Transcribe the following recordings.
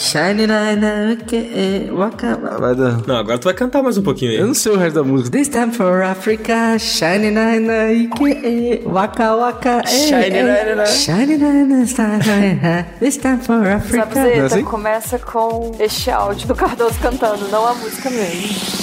Shine light, okay, waka... Vai dando. Não, agora tu vai cantar mais um pouquinho aí. Eu não sei o resto da música. This time for Africa, shine light, okay, waka waka. eh, Shine eh. light, light. Shine light, star, light, huh? This time for Africa. Sabe, Não é Zeta, assim? então começa com este áudio do Cardoso cantando, não a música mesmo.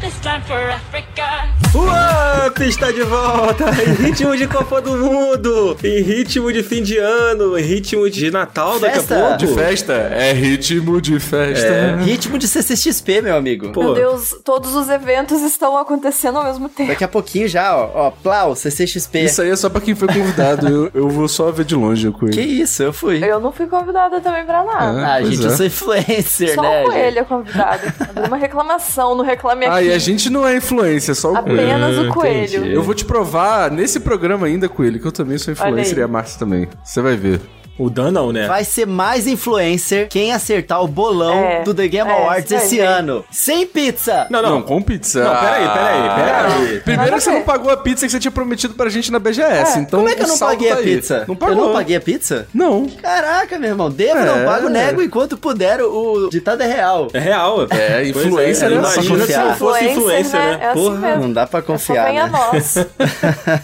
This time for Africa. O Up está de volta em ritmo de Copa do Mundo, em ritmo de fim de ano, em ritmo de Natal daqui Festa. a pouco. De festa? É ritmo de festa. Ritmo de CCXP, meu amigo. Pô, Meu Deus, todos os eventos estão acontecendo ao mesmo tempo. Tá Daqui a pouquinho já, ó. Ó, Plau, CCXP. Isso aí é só pra quem foi convidado. eu, eu vou só ver de longe eu com Que ele. isso, eu fui. Eu não fui convidada também pra nada. Ah, Ah, pois gente, é. eu sou influencer, Só né? o gente? Coelho é convidado. Abriu uma reclamação no Reclame Ah, Aqui. e a gente não é influência, só o Coelho. Apenas Ah, o Coelho. entendi. Eu vou te provar nesse programa ainda, Coelho, que eu também sou influencer Olha aí. e a Márcia também. Você vai ver. o Dan não, né? Vai ser mais influencer quem acertar o bolão É, do The Game é, Awards isso aí, esse gente. ano. Sem pizza! Não, não. Não, com pizza. Não, peraí, peraí, peraí. Ah, Primeiro Nada que você a ver. não pagou a pizza que você tinha prometido pra gente na BGS. então Como é que eu o não saldo paguei tá a aí. pizza? Não pagou. Eu não paguei a pizza? Não. Caraca, meu irmão. Devo, É. não pago, nego enquanto puder. O o ditado é real. É real. É, Pois influencer, né? Só Imagina se confiar. eu fosse Influencer, influencer, né? né? É assim mesmo. Não dá pra Só confiar, vem a né? nós.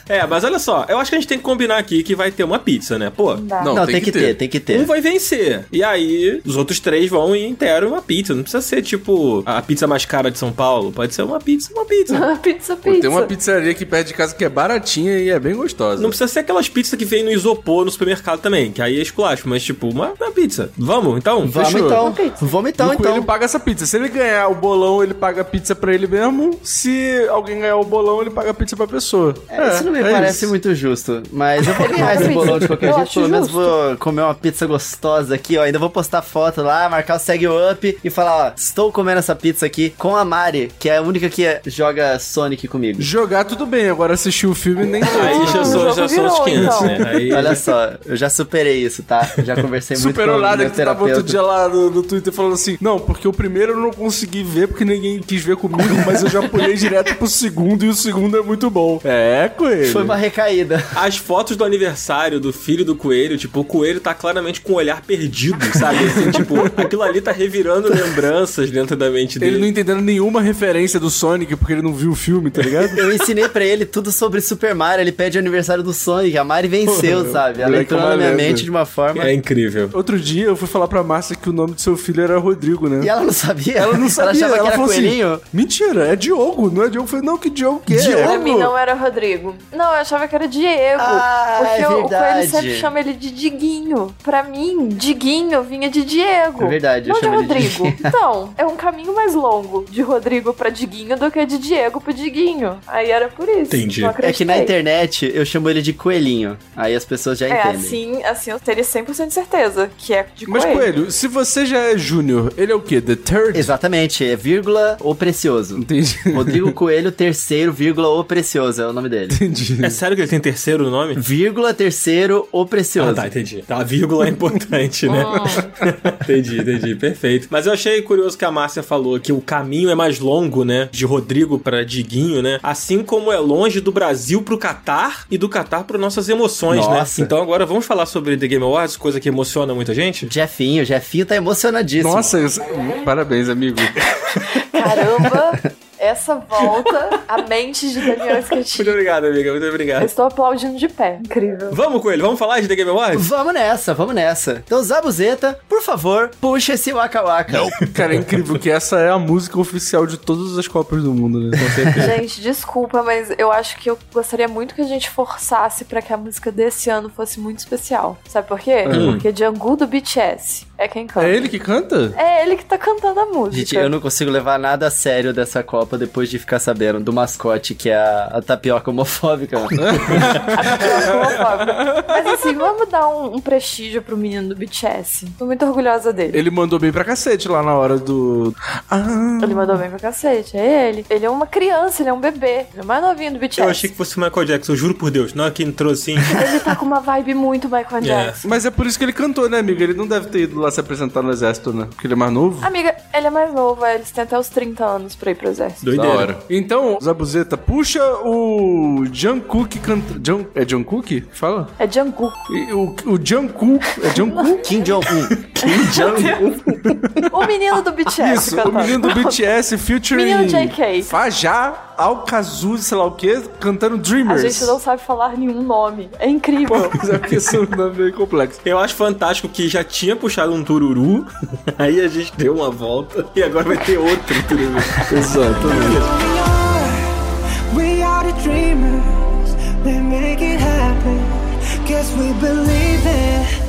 É, mas olha só, eu acho que a gente tem que combinar aqui que vai ter uma pizza, né? Pô, Não, Não, tem que ter, tem que um ter. vai vencer. E aí, os outros três vão e interam uma pizza. Não precisa ser, tipo, a pizza mais cara de São Paulo. Pode ser uma pizza, uma pizza. pizza, pizza. Pô, Tem uma pizzaria aqui perto de casa que é baratinha e é bem gostosa. Não precisa ser aquelas pizzas que vem no isopor no supermercado também, que aí é esculacho, mas tipo, uma, uma pizza. Vamos, então? Vamos Fechou. então. pizza. Vamos E então, o Coelho então. paga essa pizza. Se ele ganhar o bolão, ele paga a pizza pra ele mesmo. Se alguém ganhar o bolão, ele paga a pizza pra pessoa. É, isso não me é parece isso. muito justo, mas eu vou ganhar esse Pizza. bolão de qualquer Eu jeito, acho pelo menos justo. vou comer uma pizza gostosa aqui, ó, ainda vou postar foto lá, marcar o segue up e falar, ó, estou comendo essa pizza aqui com a Mari, que é a única que joga Sonic comigo. Jogar tudo bem, agora assistir o filme nem Aí já o são, jogo já são os virou, 500, então. né? Aí... Olha só, eu já superei isso, tá? Eu Já conversei muito com Superou o nada meu que tu tava outro terapeuta. dia lá no, no Twitter falando assim: Não, porque o primeiro eu não consegui ver porque ninguém quis ver comigo, mas eu já pulei direto pro segundo e o segundo é muito bom. É, coelho. Foi uma recaída. As fotos do aniversário do filho do coelho, tipo, o coelho tá claramente com o olhar perdido, sabe? Assim, tipo, aquilo ali tá revirando lembranças dentro da mente Ele não dele. entendendo nenhuma referência do Sonic porque ele não viu o filme, tá ligado? Eu ensinei pra ele tudo sobre Super Mario, ele pede o aniversário do Sonic, a Mari venceu, sabe? Ela moleque entrou é uma na minha lenda. mente de uma forma... É incrível. Outro dia eu fui falar pra Márcia que o nome do seu filho era Rodrigo, né? E ela não sabia? Ela não sabia, Ela achava que era falou coelhinho? assim, mentira, é Diogo, não é Diogo. Eu falei, não, que Diogo que é? Diogo? Pra mim não era o Rodrigo. Não, eu achava que era o Diego. Ah, porque é o- o Coelho verdade. sempre chama ele de Diguinho. Pra mim, Diguinho vinha de Diego. É verdade, eu não de chamo ele de Rodrigo. então, é um caminho mais longo de Rodrigo pra Diguinho do que de Diego pro Diguinho. Aí era por isso. Entendi. Não É que na acreditei. internet né? eu chamo ele de coelhinho. Aí as pessoas já É, entendem. assim, assim eu teria 100% de certeza que é de Mas, Coelho. Coelho, se você já é júnior, ele é o quê? The third? Exatamente, é vírgula ou precioso. Entendi. Rodrigo Coelho, terceiro, vírgula ou precioso é o nome dele. Entendi. É sério que ele tem terceiro nome? Vírgula, terceiro ou precioso. Ah, tá, entendi. Tá, a vírgula é importante, né? entendi, entendi. Perfeito. Mas eu achei curioso que a Márcia falou que o caminho é mais longo, né? De Rodrigo pra Diguinho, né? Assim como é longe do Brasil pro Catar e do Catar para nossas emoções, Nossa. né? Então agora vamos falar sobre The Game Awards, coisa que emociona muita gente. Jefinho, Jefinho tá emocionadíssimo. Nossa, eu- parabéns, amigo. Caramba, essa volta, a mente de Daniel Muito Esquetinho. obrigado, amiga. Muito Eu obrigado. estou aplaudindo de pé. Incrível. Vamos com ele, vamos falar de The Game Awards? Vamos nessa, vamos nessa. Então, Zabuzeta, por favor, puxa esse Waka Waka. Cara, é incrível que essa é a música oficial de todas as Copas do Mundo, né? Gente, desculpa, mas eu acho que eu gostaria muito que a gente forçasse pra que a música desse ano fosse muito especial. Sabe por quê? Hum. Porque Django do BTS é quem canta. É ele que canta? É ele que tá cantando a música. Gente, eu não consigo levar nada a sério dessa Copa depois de ficar sabendo do mascote que é a, a tapioca homofóbica. Eu sou homofóbica. Mas assim, vamos dar um, um prestígio pro menino do BTS. Tô muito orgulhosa dele. Ele mandou bem pra cacete lá na hora do. Ah, Ele mandou bem pra cacete, é ele. Ele é uma criança, ele é um bebê. Ele é o mais novinho do BTS. Eu achei que fosse o Michael Jackson, eu juro por Deus. Na hora que entrou assim. Ele tá com uma vibe muito Michael É. Jackson. mas é por isso que ele cantou, né, amigo? Ele não deve ter ido lá se apresentar no exército, né? Porque ele é mais novo. Amiga, ele é mais novo, eles têm até os 30 anos pra ir pro exército. Da Doideira. hora. Então, Zabuzeta, puxa o Jungkook canta... Jung... É Jungkook? que Fala. É Jungkook. E O, o Jungkook... É Jungkook? Kim Jong-un. Kim Jong-un. O menino do BTS Isso, o cantando. menino do BTS featuring Menino JK. Fajá, Alcazuz, sei lá o quê, cantando A Dreamers. gente não sabe falar nenhum nome. É incrível. Mas é porque esse nome é meio complexo. Eu acho fantástico que já tinha puxado um tururu, aí a gente deu uma volta e agora vai ter outro tururu. Exato. We are, we are the dreamers. We make it happen. Guess we believe it.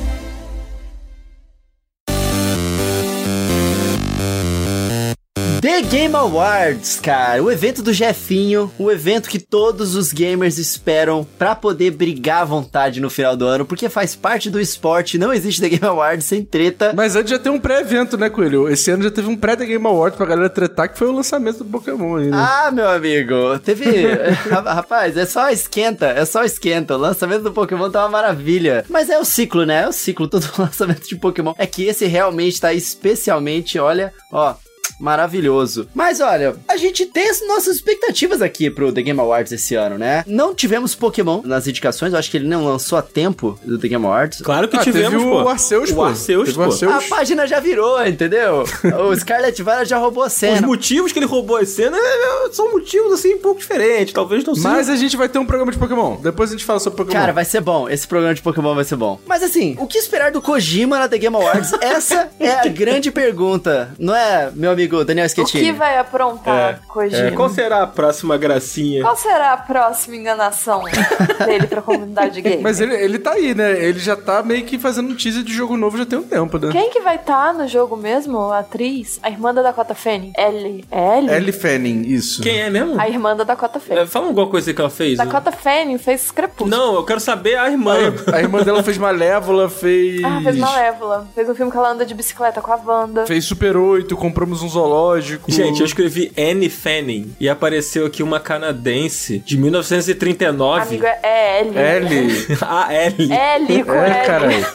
The Game Awards, cara, o evento do Jefinho, o evento que todos os gamers esperam pra poder brigar à vontade no final do ano, porque faz parte do esporte, não existe The Game Awards sem treta. Mas antes já tem um pré-evento, né, Coelho? Esse ano já teve um pré-The Game Award pra galera tretar, que foi o lançamento do Pokémon aí, né? Ah, meu amigo, teve. Rapaz, é só esquenta, é só esquenta. O lançamento do Pokémon tá uma maravilha. Mas é o ciclo, né? É o ciclo todo o lançamento de Pokémon. É que esse realmente tá especialmente, olha, ó. Maravilhoso. Mas olha, a gente tem as nossas expectativas aqui pro The Game Awards esse ano, né? Não tivemos Pokémon nas indicações, eu acho que ele não lançou a tempo do The Game Awards. Claro que Ah, teve tivemos, pô. o Arceus, O pô. Arceus, Teve pô. o Arceus. A página já virou, entendeu? o Scarlet Vara já roubou a Os cena. motivos que ele roubou a cena é, é, são motivos, assim, um pouco diferentes. Talvez não seja... Mas a gente vai ter um programa de Pokémon. Depois a gente fala sobre Pokémon. Cara, vai ser bom. Esse programa de Pokémon vai ser bom. Mas assim, o que esperar do Kojima na The Game Awards? Essa é a grande pergunta, não é, meu amigo Daniel o que Schettini? vai aprontar, Ah, Kojima? É, qual será a próxima gracinha? Qual será a próxima enganação dele pra comunidade gay? Mas ele, ele tá aí, né? Ele já tá meio que fazendo um teaser de jogo novo já tem um tempo, né? Quem que vai estar no jogo mesmo? A atriz? A irmã da Dakota Fanning? Ellie. É Ellie? Ellie Fanning, isso. Quem é mesmo? A irmã da Dakota É, Fanning. fala alguma coisa que ela fez. né? Dakota Fanning fez Crepúsculo. Não, eu quero saber a irmã. A irmã dela fez Malévola, fez... Ah, fez Malévola. Fez um filme que ela anda de bicicleta com a Wanda. Fez Super 8, compramos um zoológico. Gente, eu escrevi Anne Fanning e apareceu aqui uma canadense de 1939. Amigo, é- é Ellie. Ellie. A Ellie. Ellie com É, Ellie. caralho.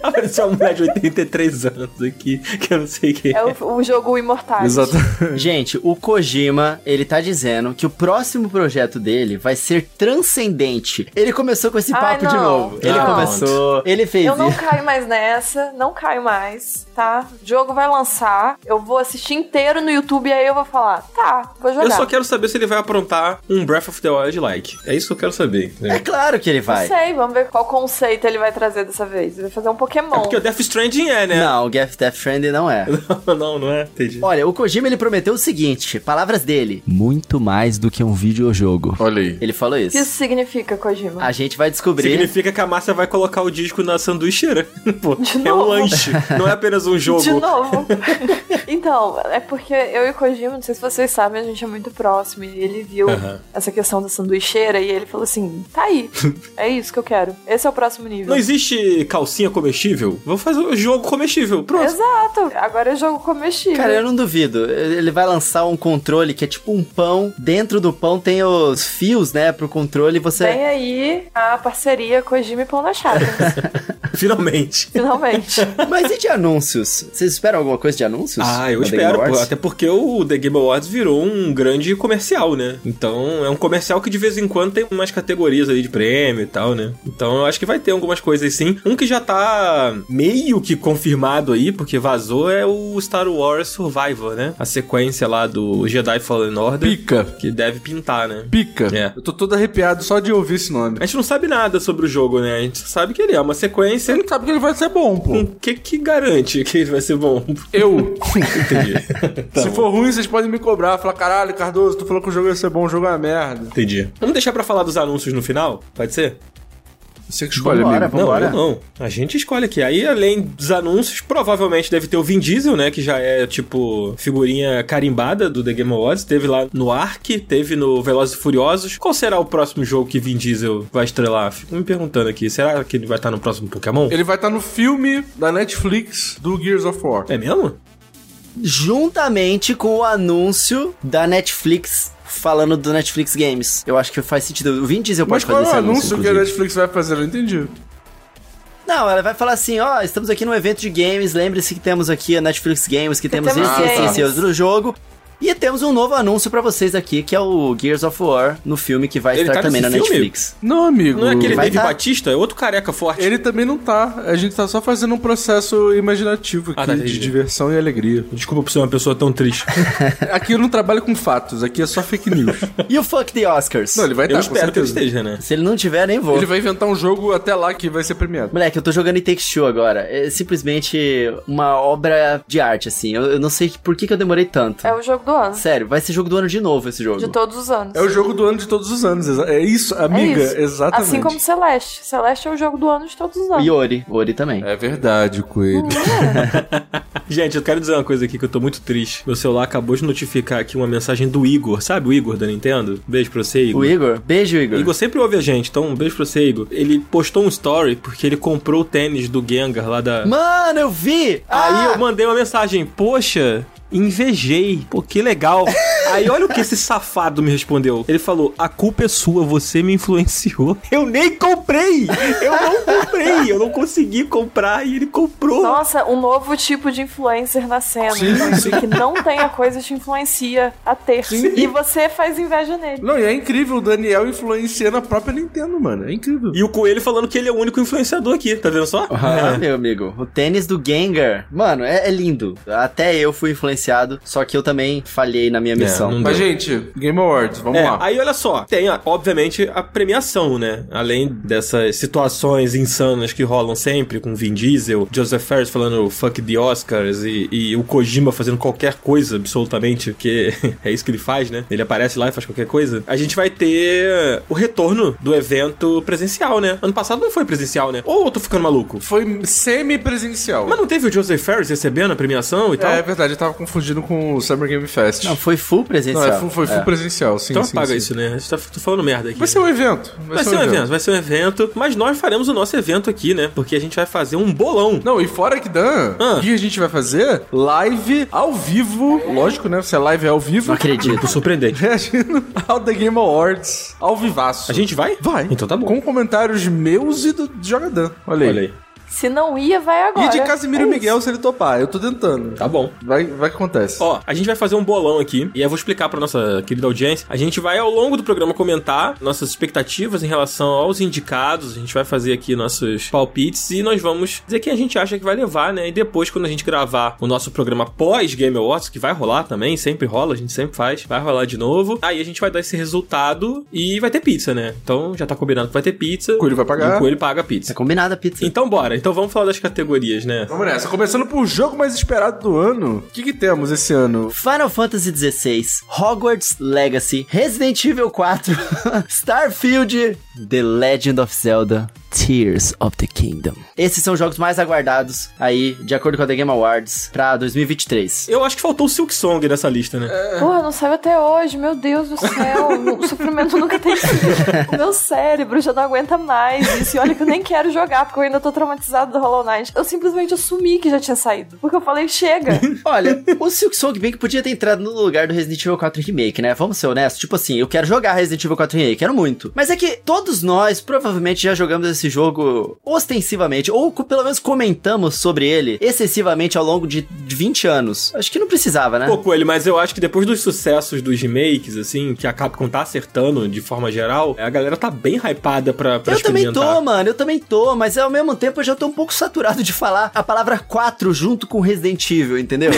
Apareceu uma mulher de 83 anos aqui, que eu não sei quem É é. o, o jogo Imortais. Exato. Gente, o Kojima, ele tá dizendo que o próximo projeto dele vai ser transcendente. Ele começou com esse Ai, papo de não. novo. Ele Não. começou, ele fez Eu não isso. caio mais nessa, não caio mais, tá? O jogo vai lançar, eu vou assistir inteiro no YouTube e aí eu vou falar, tá, vou jogar. Eu só quero saber se ele vai aprontar um Breath of the Wild like. É isso que eu quero saber. Então. É né? claro que ele Não vai. sei, vamos ver qual conceito ele vai trazer dessa vez. Ele vai fazer um Pokémon. Porque o Death Stranding é, né? Não, o Death Death Friend não é. Não, não, não é. Entendi. Olha, o Kojima ele prometeu o seguinte, palavras dele. Muito mais do que um videojogo. Olha aí. Ele falou O que isso isso. significa, Kojima? Ah, A gente vai descobrir. Significa que a Márcia vai colocar o disco na sanduicheira. Pô, é um novo. lanche, não é apenas um jogo. De novo. então, é porque eu e o Kojima, não sei se vocês sabem, a gente é muito próximo. E ele viu Aham. essa questão da sanduicheira e ele falou assim: tá aí, é isso que eu quero. Esse é o próximo nível. Não existe calcinha comestível? Vou fazer um jogo comestível. Pronto. Exato, agora é jogo comestível. Cara, eu não duvido. Ele vai lançar um controle que é tipo um pão. Dentro do pão tem os fios, né, pro controle. e Você Vem aí a parceria Kojima e Pão na Chata, Finalmente. finalmente. Mas e de anúncios? Vocês esperam alguma coisa de anúncios? Ah, eu Na The Game espero, pô, Awards? até porque o The Game Awards virou um grande comercial, né? Então, é um comercial que de vez em quando tem umas categorias ali de prêmio e tal, né? Então, eu acho que vai ter algumas coisas sim. Um que já tá meio que confirmado aí, porque vazou, é o Star Wars Survivor, né? A sequência lá do Jedi Fallen Order. Pica. Que deve pintar, né? Pica. É. Eu tô todo arrepiado só de ouvir esse nome. A gente não sabe nada sobre o jogo, né? A gente sabe que ele é uma sequência. Ele é sabe que ele vai ser bom, pô. O que que garante que ele vai ser bom? Eu. Entendi. Tá Se bom. for ruim, vocês podem me cobrar. Falar, caralho, Cardoso, tu falou que o jogo ia ser bom, o jogo é uma merda. Entendi. Vamos deixar pra falar dos anúncios no final? Pode ser? Você que escolhe, Vambora, amigo. vamos. Vambora. Não, eu não. A gente escolhe aqui. Aí, além dos anúncios, provavelmente deve ter o Vin Diesel, né? Que já é, tipo, figurinha carimbada do The Game Awards. Teve lá no Ark, teve no Velozes e Furiosos. Qual será o próximo jogo que Vin Diesel vai estrelar? Fico me perguntando aqui. Será que ele vai estar no próximo Pokémon? Ele vai estar no filme da Netflix do Gears of War. É mesmo? Juntamente com o anúncio da Netflix falando do Netflix Games. Eu acho que faz sentido. O Vin Diesel Mas pode qual fazer é o esse anúncio, anúncio que a inclusive. Netflix vai fazer? Eu não entendi. Não, ela vai falar assim, ó, estamos aqui num evento de games, lembre-se que temos aqui a Netflix Games, que temos temos esse, esse, games. esse outro jogo. E temos um novo anúncio pra vocês aqui, que é o Gears of War, no filme que vai Ele estar tá também na nesse filme? Netflix. Não, amigo. Não é aquele Vai Dave tá. Batista? É outro careca forte. Ele também não tá. A gente tá só fazendo um processo imaginativo aqui Ah, tá, de entendi. diversão e alegria. Desculpa por ser uma pessoa tão triste. Aqui eu não trabalho com fatos, aqui é só fake news. E o Fuck the Oscars? não, ele vai Eu estar, com espero que ele certeza. esteja, né? Se ele não tiver, nem vou. Ele vai inventar um jogo até lá que vai ser premiado. Moleque, eu tô jogando It Takes Two agora. É simplesmente uma obra de arte, assim. Eu, eu não sei por que, que eu demorei tanto. É o jogo do ano. Sério, vai ser jogo do ano de novo esse jogo. De todos os anos. É o jogo do ano de todos os anos. exa- É isso, É amiga? isso. Exatamente. Assim como Celeste. Celeste é o jogo do ano de todos os anos. E Ori, Ori também. É verdade, Coelho. Gente, eu quero dizer uma coisa aqui que eu tô muito triste. Meu celular acabou de notificar aqui uma mensagem do Igor. Sabe o Igor da Nintendo? Beijo pra você, Igor. O Igor? Beijo, Igor. Igor sempre ouve a gente, então um beijo pra você, Igor. Ele postou um story porque ele comprou o tênis do Gengar lá da. Mano, eu vi! Aí Ah! eu mandei uma mensagem, poxa, invejei, pô, que legal. Aí olha o que esse safado me respondeu. Ele falou: a culpa é sua, você me influenciou. Eu nem comprei! Eu não comprei, eu não consegui comprar e ele comprou. Nossa, um novo tipo de influencer nascendo. Que não tem a coisa te influencia a ter. E você faz inveja nele. não, e é incrível o Daniel influenciando a própria Nintendo, mano. É incrível. E o Coelho falando que ele é o único influenciador aqui, tá vendo só? É. Ah, meu amigo, o tênis do Gengar, mano, é, é lindo. Até eu fui influenciado, só que eu também falhei É, na minha missão. não Mas, gente, Game Awards, vamos É, lá. aí olha só, tem ó, obviamente a premiação, né? Além dessas situações insanas que rolam sempre com Vin Diesel, Joseph Ferris falando fuck the Oscars e, e o Kojima fazendo qualquer coisa absolutamente, porque é isso que ele faz, né? Ele aparece lá e faz qualquer coisa. A gente vai ter o retorno do evento presencial, né? Ano passado não foi presencial, né? Ou eu tô ficando maluco? Foi semi-presencial. Mas não teve o Joseph Ferris recebendo a premiação e tal? É verdade, eu tava confundindo com o Summer Game Fest. Não, foi full Não, presencial. é, fu- foi full presencial, sim. então sim, apaga sim. isso, né? A gente tá tô falando merda aqui. Vai ser um evento. Vai ser um evento, vai ser um evento. Mas nós faremos o nosso evento aqui, né? Porque a gente vai fazer um bolão. Não, e fora que Dan, Ah. o que a gente vai fazer? Live ao vivo. Lógico, né? Se é live é ao vivo. Não acredito. Surpreendente. Reagindo ao The Game Awards. Ao vivaço. A gente vai? vai. Então tá bom. Com comentários meus e do do Jogadan. Olha aí. Olha aí. Se não ia, vai agora. E de Casimiro É isso. Miguel, se ele topar. Eu tô tentando. Tá bom. Vai, vai que acontece. Ó, a gente vai fazer um bolão aqui e eu vou explicar pra nossa querida audiência. A gente vai ao longo do programa comentar nossas expectativas em relação aos indicados, a gente vai fazer aqui nossos palpites e nós vamos dizer quem a gente acha que vai levar, né? E depois quando a gente gravar o nosso programa pós Game Awards, que vai rolar também, sempre rola, a gente sempre faz, vai rolar de novo. Aí a gente vai dar esse resultado e vai ter pizza, né? Então já tá combinado que vai ter pizza. O Coelho vai pagar. E o Coelho paga a pizza. Tá combinada a pizza. Então bora, então vamos falar das categorias, né? Vamos nessa. Começando por jogo mais esperado do ano. O que, que temos esse ano? Final Fantasy XVI, Hogwarts Legacy, Resident Evil 4, Starfield, The Legend of Zelda, Tears of the Kingdom. Esses são os jogos mais aguardados aí, de acordo com a The Game Awards, pra 2023. Eu acho que faltou o Silk Song nessa lista, né? Porra, não saiu até hoje, meu Deus do céu. o sofrimento nunca tem fim. O meu cérebro já não aguenta mais isso. E olha que eu nem quero jogar, porque eu ainda tô traumatizado do Hollow Knight. Eu simplesmente assumi que já tinha saído. Porque eu falei, chega. Olha, o Silk Song bem que podia ter entrado no lugar do Resident Evil 4 Remake, né? Vamos ser honestos. Tipo assim, eu quero jogar Resident Evil 4 Remake, quero muito. Mas é que todos nós provavelmente já jogamos esse jogo ostensivamente, ou co- pelo menos comentamos sobre ele excessivamente ao longo de 20 anos. Acho que não precisava, né? Pô, Coelho, um mas eu acho que depois dos sucessos dos remakes, assim, que a Capcom tá acertando de forma geral, a galera tá bem hypada pra, pra Eu também experimentar. tô, mano, eu também tô, mas ao mesmo tempo eu já tô um pouco saturado de falar a palavra 4 junto com Resident Evil, entendeu?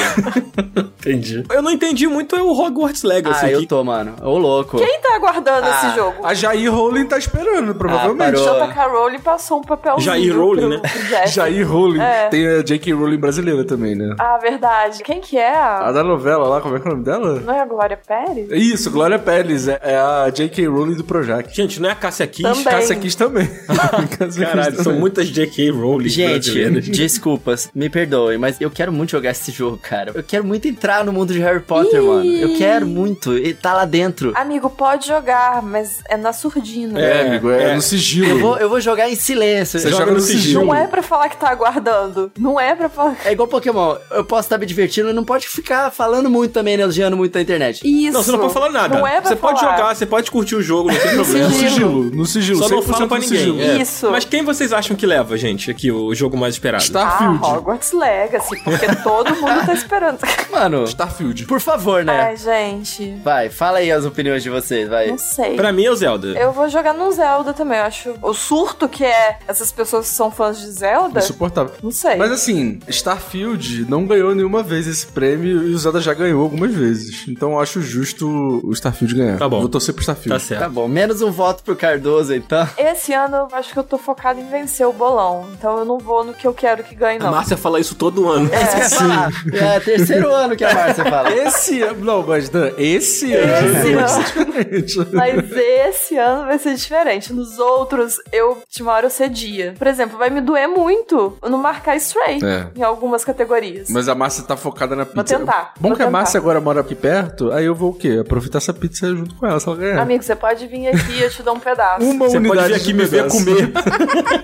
Entendi. Eu não entendi muito é o Hogwarts Legacy. ah, eu que- tô, mano. Ô, louco. Quem tá aguardando Ah, esse jogo? A Jair Rowling tá Ah, esperando, provavelmente. parou. JK Rowling passou um papelzinho. Jair Rowling, né? Jair. Jair Rowling. É. Tem a J.K. Rowling brasileira também, né? Ah, verdade. Quem que é? A Ah. da novela lá, como é que é o nome dela? Não é a Glória Pérez? Isso, Glória Pérez. É, é a J.K. Rowling do Projac. Gente, não é a Cássia Kiss? Também. Cássia Kiss também. Cássia Kiss Caralho, são também. muitas J.K. Rowling Gente, brasileiras. desculpas, me perdoem, mas eu quero muito jogar esse jogo, cara. Eu quero muito entrar no mundo de Harry Potter, mano. Eu quero muito. E tá lá dentro. Amigo, pode jogar, mas é na surdina. É, amigo. É, é. no sigilo. Eu vou, eu vou jogar em silêncio. Você Eu- joga no sigilo. Não é pra falar que tá aguardando. Não é pra falar. É igual Pokémon. Eu posso estar me divertindo, não pode ficar falando muito também, né? Elogiando muito na internet. Isso. Não, você não pode falar nada. Não é pra você pode falar. jogar, você pode curtir o jogo, não tem No problema. sigilo. sigilo. No sigilo. Só não sempre fala funciona pra no ninguém. sigilo. é. Isso. Mas quem vocês acham que leva, gente, aqui o jogo mais esperado? Ah, Starfield. Hogwarts Legacy, porque todo mundo tá esperando. Mano, Starfield. por favor, né? Ai, gente. Vai, fala aí as opiniões de vocês, vai. Não sei. Pra mim é o Zelda. Eu vou jogar num Zelda também, eu acho. O surto que é essas pessoas que são fãs de Zelda. Insuportável. Não sei. Mas assim, Starfield não ganhou nenhuma vez esse prêmio e o Zelda já ganhou algumas vezes. Então eu acho justo o Starfield ganhar. Tá bom. Vou torcer pro Tá Starfield. Tá certo. bom, menos um voto pro Cardoso, então. Esse ano eu acho que eu tô focada em vencer o bolão. Então eu não vou no que eu quero que ganhe, A não. É, Márcia fala isso todo ano. Isso que eu ia falar. É terceiro ano que a Márcia fala. Esse ano. Não, mas Dan, esse Esse ano. é ano. Mas esse ano vai ser diferente. Nos outros, eu de uma hora eu cedia. Por exemplo, vai me doer muito eu não marcar Stray É. em algumas categorias. Mas a Márcia tá focada na pizza. tentar, Bom vou que a tentar. Márcia agora mora aqui perto, aí eu vou o quê? Aproveitar essa pizza junto com ela, se ela é. ganhar. Amigo, você pode vir aqui e eu te dou um pedaço. Uma Você unidade pode vir aqui de me ver pedaço. comer.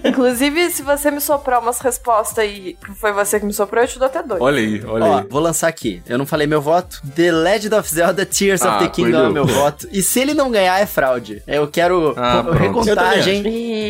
Inclusive, se você me soprar umas respostas aí, que foi você que me soprou, eu te dou até dois. Olha aí, olha Ó, aí. vou lançar aqui. Eu não falei meu voto. The Legend of Zelda Tears Ah, of the Kingdom é coelho. meu voto. E se ele não ganhar, é fraude. Eu quero Ah, pô, pronto. recontagem.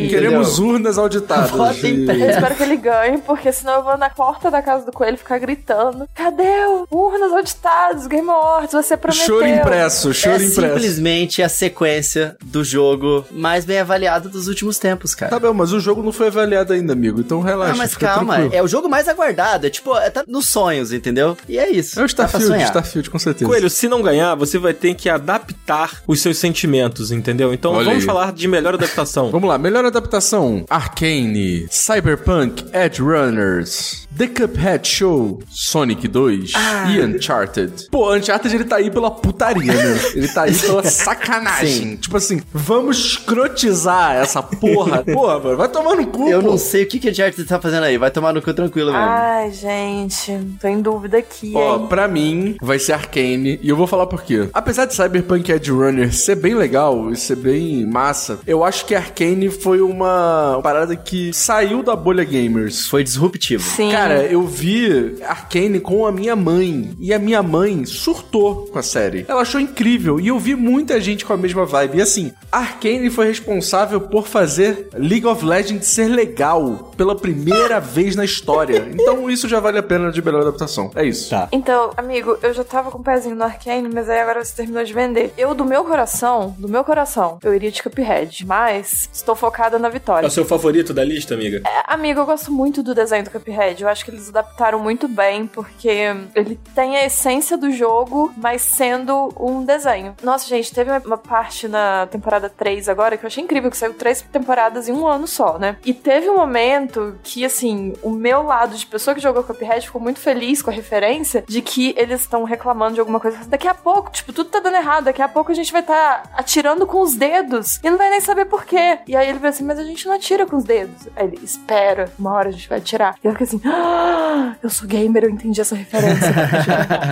Queremos um entendeu? urnas auditadas. Voto E- em Eu pé. espero que ele ganhe, porque senão eu vou na porta da casa do coelho ficar gritando: Cadê o urnas auditados, Game Awards? Você prometeu. Choro impresso, choro É impresso. simplesmente a sequência do jogo mais bem avaliado dos últimos tempos, cara. Tá bom, mas o jogo não foi avaliado ainda, amigo. Então relaxa. Ah, mas fica calma, tranquilo. é o jogo mais aguardado, é tipo, é, tá nos sonhos, entendeu? E é isso. É o dá pra Starfield, sonhar. Starfield, com certeza. Coelho, se não ganhar, você vai ter que adaptar os seus sentimentos, entendeu? Então Olha vamos aí. falar de melhor adaptação. Vamos lá, melhor adaptação: Arcane, Cyberpunk, Edge Runners, The Cuphead Show, Sonic 2 Ah. e Uncharted. Pô, Uncharted ele tá aí pela putaria, né? Ele tá aí pela sacanagem. Tipo assim, vamos escrotizar essa porra. Porra, mano, vai tomar no cu. Eu pô. não sei o que, que a Uncharted tá fazendo aí, vai tomar no cu tranquilo mesmo. Ai, gente, tô em dúvida aqui, Ó, hein? pra mim, vai ser Arcane. E eu vou falar por quê. Apesar de Cyberpunk Edge Runner ser bem legal e ser bem massa, eu acho que Arcane foi uma parada que saiu da bolha gamers. Foi disruptivo. Sim. Cara, eu vi Arcane com a minha mãe. E a minha mãe surtou com a série. Ela achou incrível. E eu vi muita gente com a mesma vibe. E assim, Arcane foi responsável por fazer League of Legends ser legal pela primeira vez na história. Então isso já vale a pena de melhor adaptação. É isso. Tá. Então, amigo, eu já tava com o pezinho no Arcane, mas aí agora você terminou de vender. Eu, do meu coração, do meu coração, eu iria de Cuphead, mas estou focada na É vitória. o seu favorito da lista, amiga? É, Amigo, eu gosto muito do desenho do Cuphead. Eu acho que eles adaptaram muito bem, porque ele tem a essência do jogo, mas sendo um desenho. Nossa, gente, teve uma- uma parte na temporada 3 agora que eu achei incrível, que saiu três temporadas em um ano só, né? E teve um momento que, assim, o meu lado de pessoa que jogou Cuphead ficou muito feliz com a referência de que eles estão reclamando de alguma coisa. Daqui a pouco, tipo, tudo tá dando errado. Daqui a pouco a gente vai estar atirando com os dedos e não vai nem saber por quê. E aí ele vai assim, mas a gente não atira com os dedos. Aí ele, espera, uma hora a gente vai atirar. E eu fico assim, ah, eu sou gamer, eu entendi essa referência.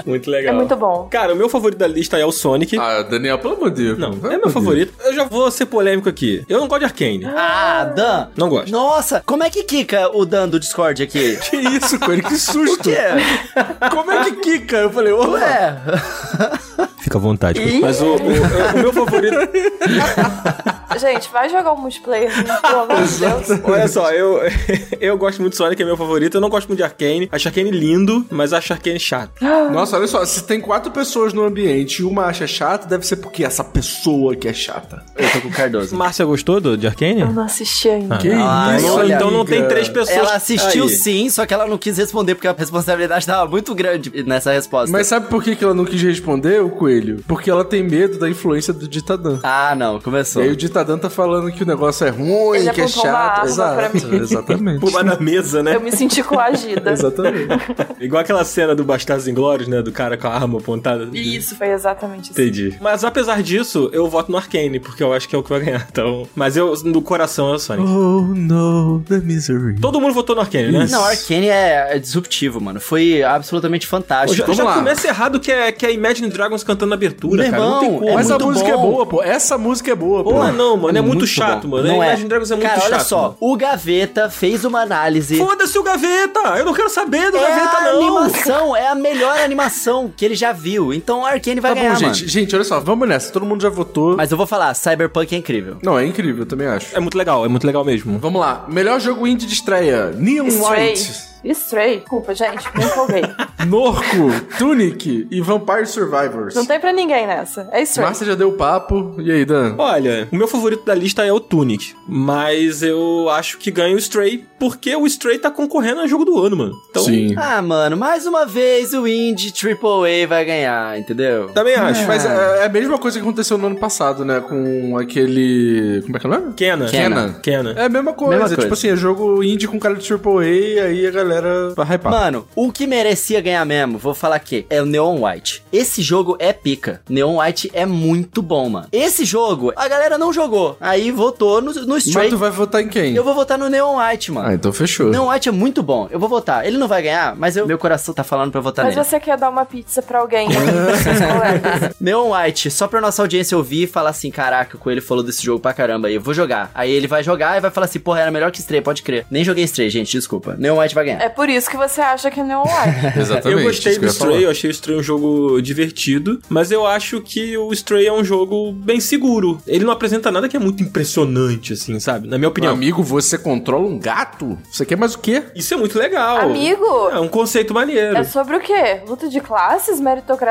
Muito é legal. muito bom. Cara, o meu favorito da lista é o Sonic. Ah, Daniel, pelo amor de Deus. Não, Pelo é amor meu de favorito. Eu já vou ser polêmico aqui. Eu não gosto de Arcane. Ah, Dan! Não gosto. Nossa, como é que quica o Dan do Discord aqui? Deus. Que isso, Coelho? Que Por susto! quê? Como é que quica? Eu falei, ô, Ué, Fica à vontade. Mas o, o- o meu favorito. Gente, vai jogar o multiplayer, gente, pelo amor de Deus. Olha só, eu, eu gosto muito de Sonic, é meu favorito. Eu não gosto muito de Arcane. Acho Arcane lindo, mas acho Arcane chato. Nossa, olha só, se tem quatro pessoas no ambiente e uma acha chata, deve ser porque essa pessoa que é chata. eu tô com o Cardoso. Márcia gostou do, de Arcane? Eu não assisti ainda. Que Ah, isso, Então, olha, então não tem amiga. três pessoas. Ela assistiu Aí. sim, só que ela não quis responder porque a responsabilidade tava muito grande nessa resposta. Mas sabe por que que ela não quis responder, o Coelho? Porque ela tem medo da influência do Ditadã. Ah, não, E começou. aí o Ditadã tá falando que o negócio é ruim, Ele um que é apontou uma chato. arma é pra Exato, mim. exatamente. Pular na mesa, né? Eu me senti coagida. Exatamente. Igual aquela cena do Bastardos Inglórios, né? Do cara com a arma apontada. Isso, foi exatamente isso. Entendi. Mas apesar disso, eu voto no Arcane, porque eu acho que é o que vai ganhar. Então, mas eu, no coração, é o Sonic. oh, no, the misery. Todo mundo votou no Arcane, né? Não, Arcane é, é disruptivo, mano. Foi absolutamente Pô, fantástico. Já, Vamos já lá. começa errado que é, que é Imagine Dragons cantando na abertura, Meu cara. não tem irmão, como. é Essa muito música é bom. boa, pô. Essa música é boa, pô. Porra, não, mano. É muito, Muito chato, bom. mano. Não é. Imagine Dragons é muito Cara, chato. olha só. mano. O Gaveta fez uma análise. Foda-se o Gaveta! Eu não quero saber do É Gaveta, a não! animação, é a melhor animação que ele já viu. Então a Arkane vai Tá ganhar, bom, gente. mano. Gente, olha só, vamos nessa. Todo mundo já votou. Mas eu vou falar, Cyberpunk é incrível. Não, é incrível, eu também acho. É muito legal, é muito legal mesmo. Vamos lá. Melhor jogo indie de estreia: Neon Stray. Light, Stray. Desculpa, gente. Me empolguei. Norco, Tunic e Vampire Survivors. Não tem pra ninguém nessa. É Stray. Márcia já deu o papo. E aí, Dan? Olha, o meu favorito da lista é o Tunic, mas eu acho que ganha o Stray, porque o Stray tá concorrendo a jogo do ano, mano. Então, Sim. Ah, mano, mais uma vez o Indie AAA vai ganhar, entendeu? também acho. Mas é é a mesma coisa que aconteceu no ano passado, né? Com aquele. Como é que é o nome? Kena. Kena. Kena. É a mesma coisa. Mesma coisa. Tipo assim, é jogo indie com cara de AAA, aí a galera Tá vai hypar. Mano, o que merecia ganhar mesmo, vou falar aqui, é o Neon White. Esse jogo é pica. Neon White é muito bom, mano. Esse jogo, a galera não jogou. Aí votou no, no Mas Stray. tu vai votar em quem? Eu vou votar no Neon White, mano. Ah, então fechou. Neon White é muito bom. Eu vou votar. Ele não vai ganhar, mas eu- meu coração tá falando pra eu votar Mas nele. você quer dar uma pizza pra alguém? seus colegas? Neon White, só pra nossa audiência ouvir e falar assim: caraca, o Coelho falou desse jogo pra caramba, aí eu vou jogar. Aí ele vai jogar e vai falar assim: porra, era melhor que Stray, pode crer. Nem joguei Stray, gente, desculpa. Neon White vai ganhar. É por isso que você acha que é Neon White. Exatamente. Eu gostei isso que do eu ia falar. Stray, eu achei o Stray um jogo divertido, mas eu acho que o Stray é um jogo bem seguro. Ele não apresenta nada que é muito impressionante, assim, sabe? Na minha Meu opinião. amigo, você controla um gato? Você quer mais o quê? Isso é muito legal. Amigo? É um conceito maneiro. É sobre o quê? Luta de classes?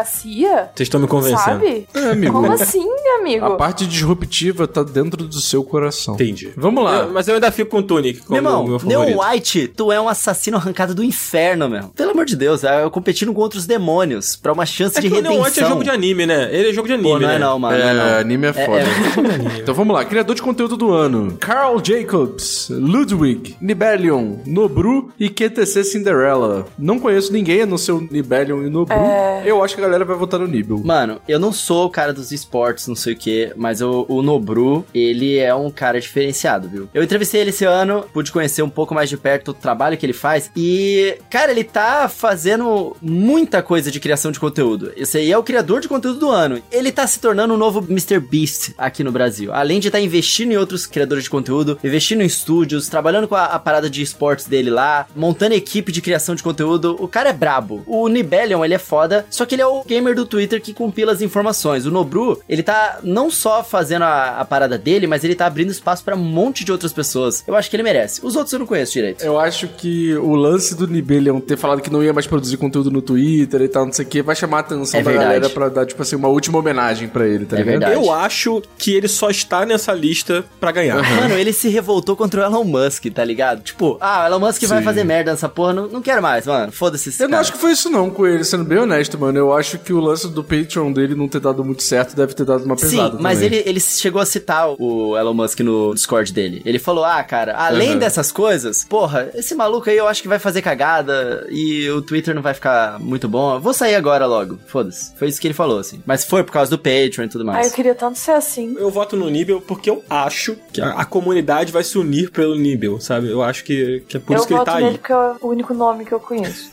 Meritocracia? Vocês estão me convencendo. Sabe? É, amigo. Como assim, amigo? A parte disruptiva tá dentro do seu coração. Entendi. Vamos lá. Eu- mas eu ainda fico com é o Tunic como Meu irmão, meu favorito. Neon White, tu é um assassino arrancado do inferno, meu. Pelo amor de Deus, é competindo com outros demônios pra uma chance é de que o redenção. Neon White é jogo de anime, né? Ele é jogo de anime, Pô, não né? é não, mano. É, não é não. anime é foda. então vamos lá. Criador de conteúdo do ano: Carl Jacobs, Ludwig, Nibelion, Nobru e QTC Cinderella. Não conheço ninguém a não ser o Nibelion e o Nobru. Eu acho que a galera vai votar no Nibel. Mano, eu não sou o cara dos esportes, não sei o que, mas o, o Nobru, ele é um cara diferenciado, viu? Eu entrevistei ele esse ano, pude conhecer um pouco mais de perto o trabalho que ele faz e, cara, ele tá fazendo muita coisa de criação de conteúdo. Esse aí é o criador de conteúdo do ano. Ele tá se tornando o novo Mr. Beast aqui no Brasil. Além de estar investindo em outros criadores de conteúdo, investindo em estúdios, trabalhando com a, a parada de esportes dele lá, montando equipe de criação de conteúdo. O cara é brabo. O Nibelion, ele é foda, só que ele é o gamer do Twitter que compila as informações. O Nobru, ele tá não só fazendo a, a parada dele, mas ele tá abrindo espaço pra um monte de outras pessoas. Eu acho que ele merece. Os outros eu não conheço direito. Eu acho que o lance do Nibelion ter falado que não ia mais produzir conteúdo no Twitter e tal, não sei o que, vai chamar a atenção É da verdade. galera pra dar, tipo assim, uma última homenagem pra ele, tá É ligado? verdade. Eu acho que ele só está nessa lista pra ganhar. Uhum. Mano, ele se revoltou contra o Elon Musk, tá ligado? Tipo, ah, o Elon Musk vai Sim. fazer merda nessa porra, não, não quero mais, mano. Foda-se esse Eu não cara. acho que foi isso não com ele, sendo bem honesto, mano. Eu acho que o lance do Patreon dele não ter dado muito certo deve ter dado uma pesada Sim, mas também. ele, ele chegou a citar o Elon Musk no Discord dele. Ele falou: Ah, cara, além Uhum. dessas coisas, porra, esse maluco aí eu acho que vai fazer cagada e o Twitter não vai ficar muito bom. Eu vou sair agora logo. Foda-se. Foi isso que ele falou, assim. Mas foi por causa do Patreon e tudo Ai, Ah, eu mais. queria tanto ser assim. Eu voto no Nibel porque eu acho que a, a comunidade vai se unir pelo Nibel, sabe? Eu acho que, que é por eu isso que ele voto tá nele aí. porque é o único nome que eu conheço.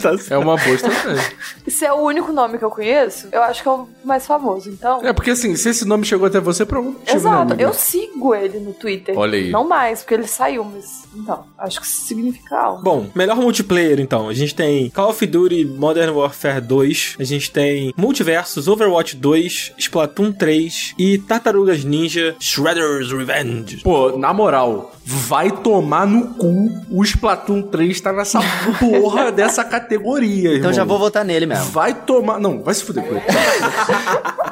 Tá certo. É uma boa estratégia. E se é o único nome que eu conheço, eu acho que é o mais famoso. Então. é, porque assim, se esse nome chegou até você, pra algum motivo, né, Exato, amigo? eu sigo ele no Twitter. Olha aí. Não mais, porque ele saiu, mas. Então, acho que isso significa algo. Bom, melhor multiplayer então. A gente tem Call of Duty Modern Warfare 2, a gente tem Multiversus, Overwatch 2, Splatoon 3 e Tartarugas Ninja Shredder's Revenge. Pô, na moral, vai tomar no cu o Splatoon 3 tá nessa porra dessa categoria, irmão. Então já vou votar nele mesmo. Vai tomar... Não, vai se fuder com ele.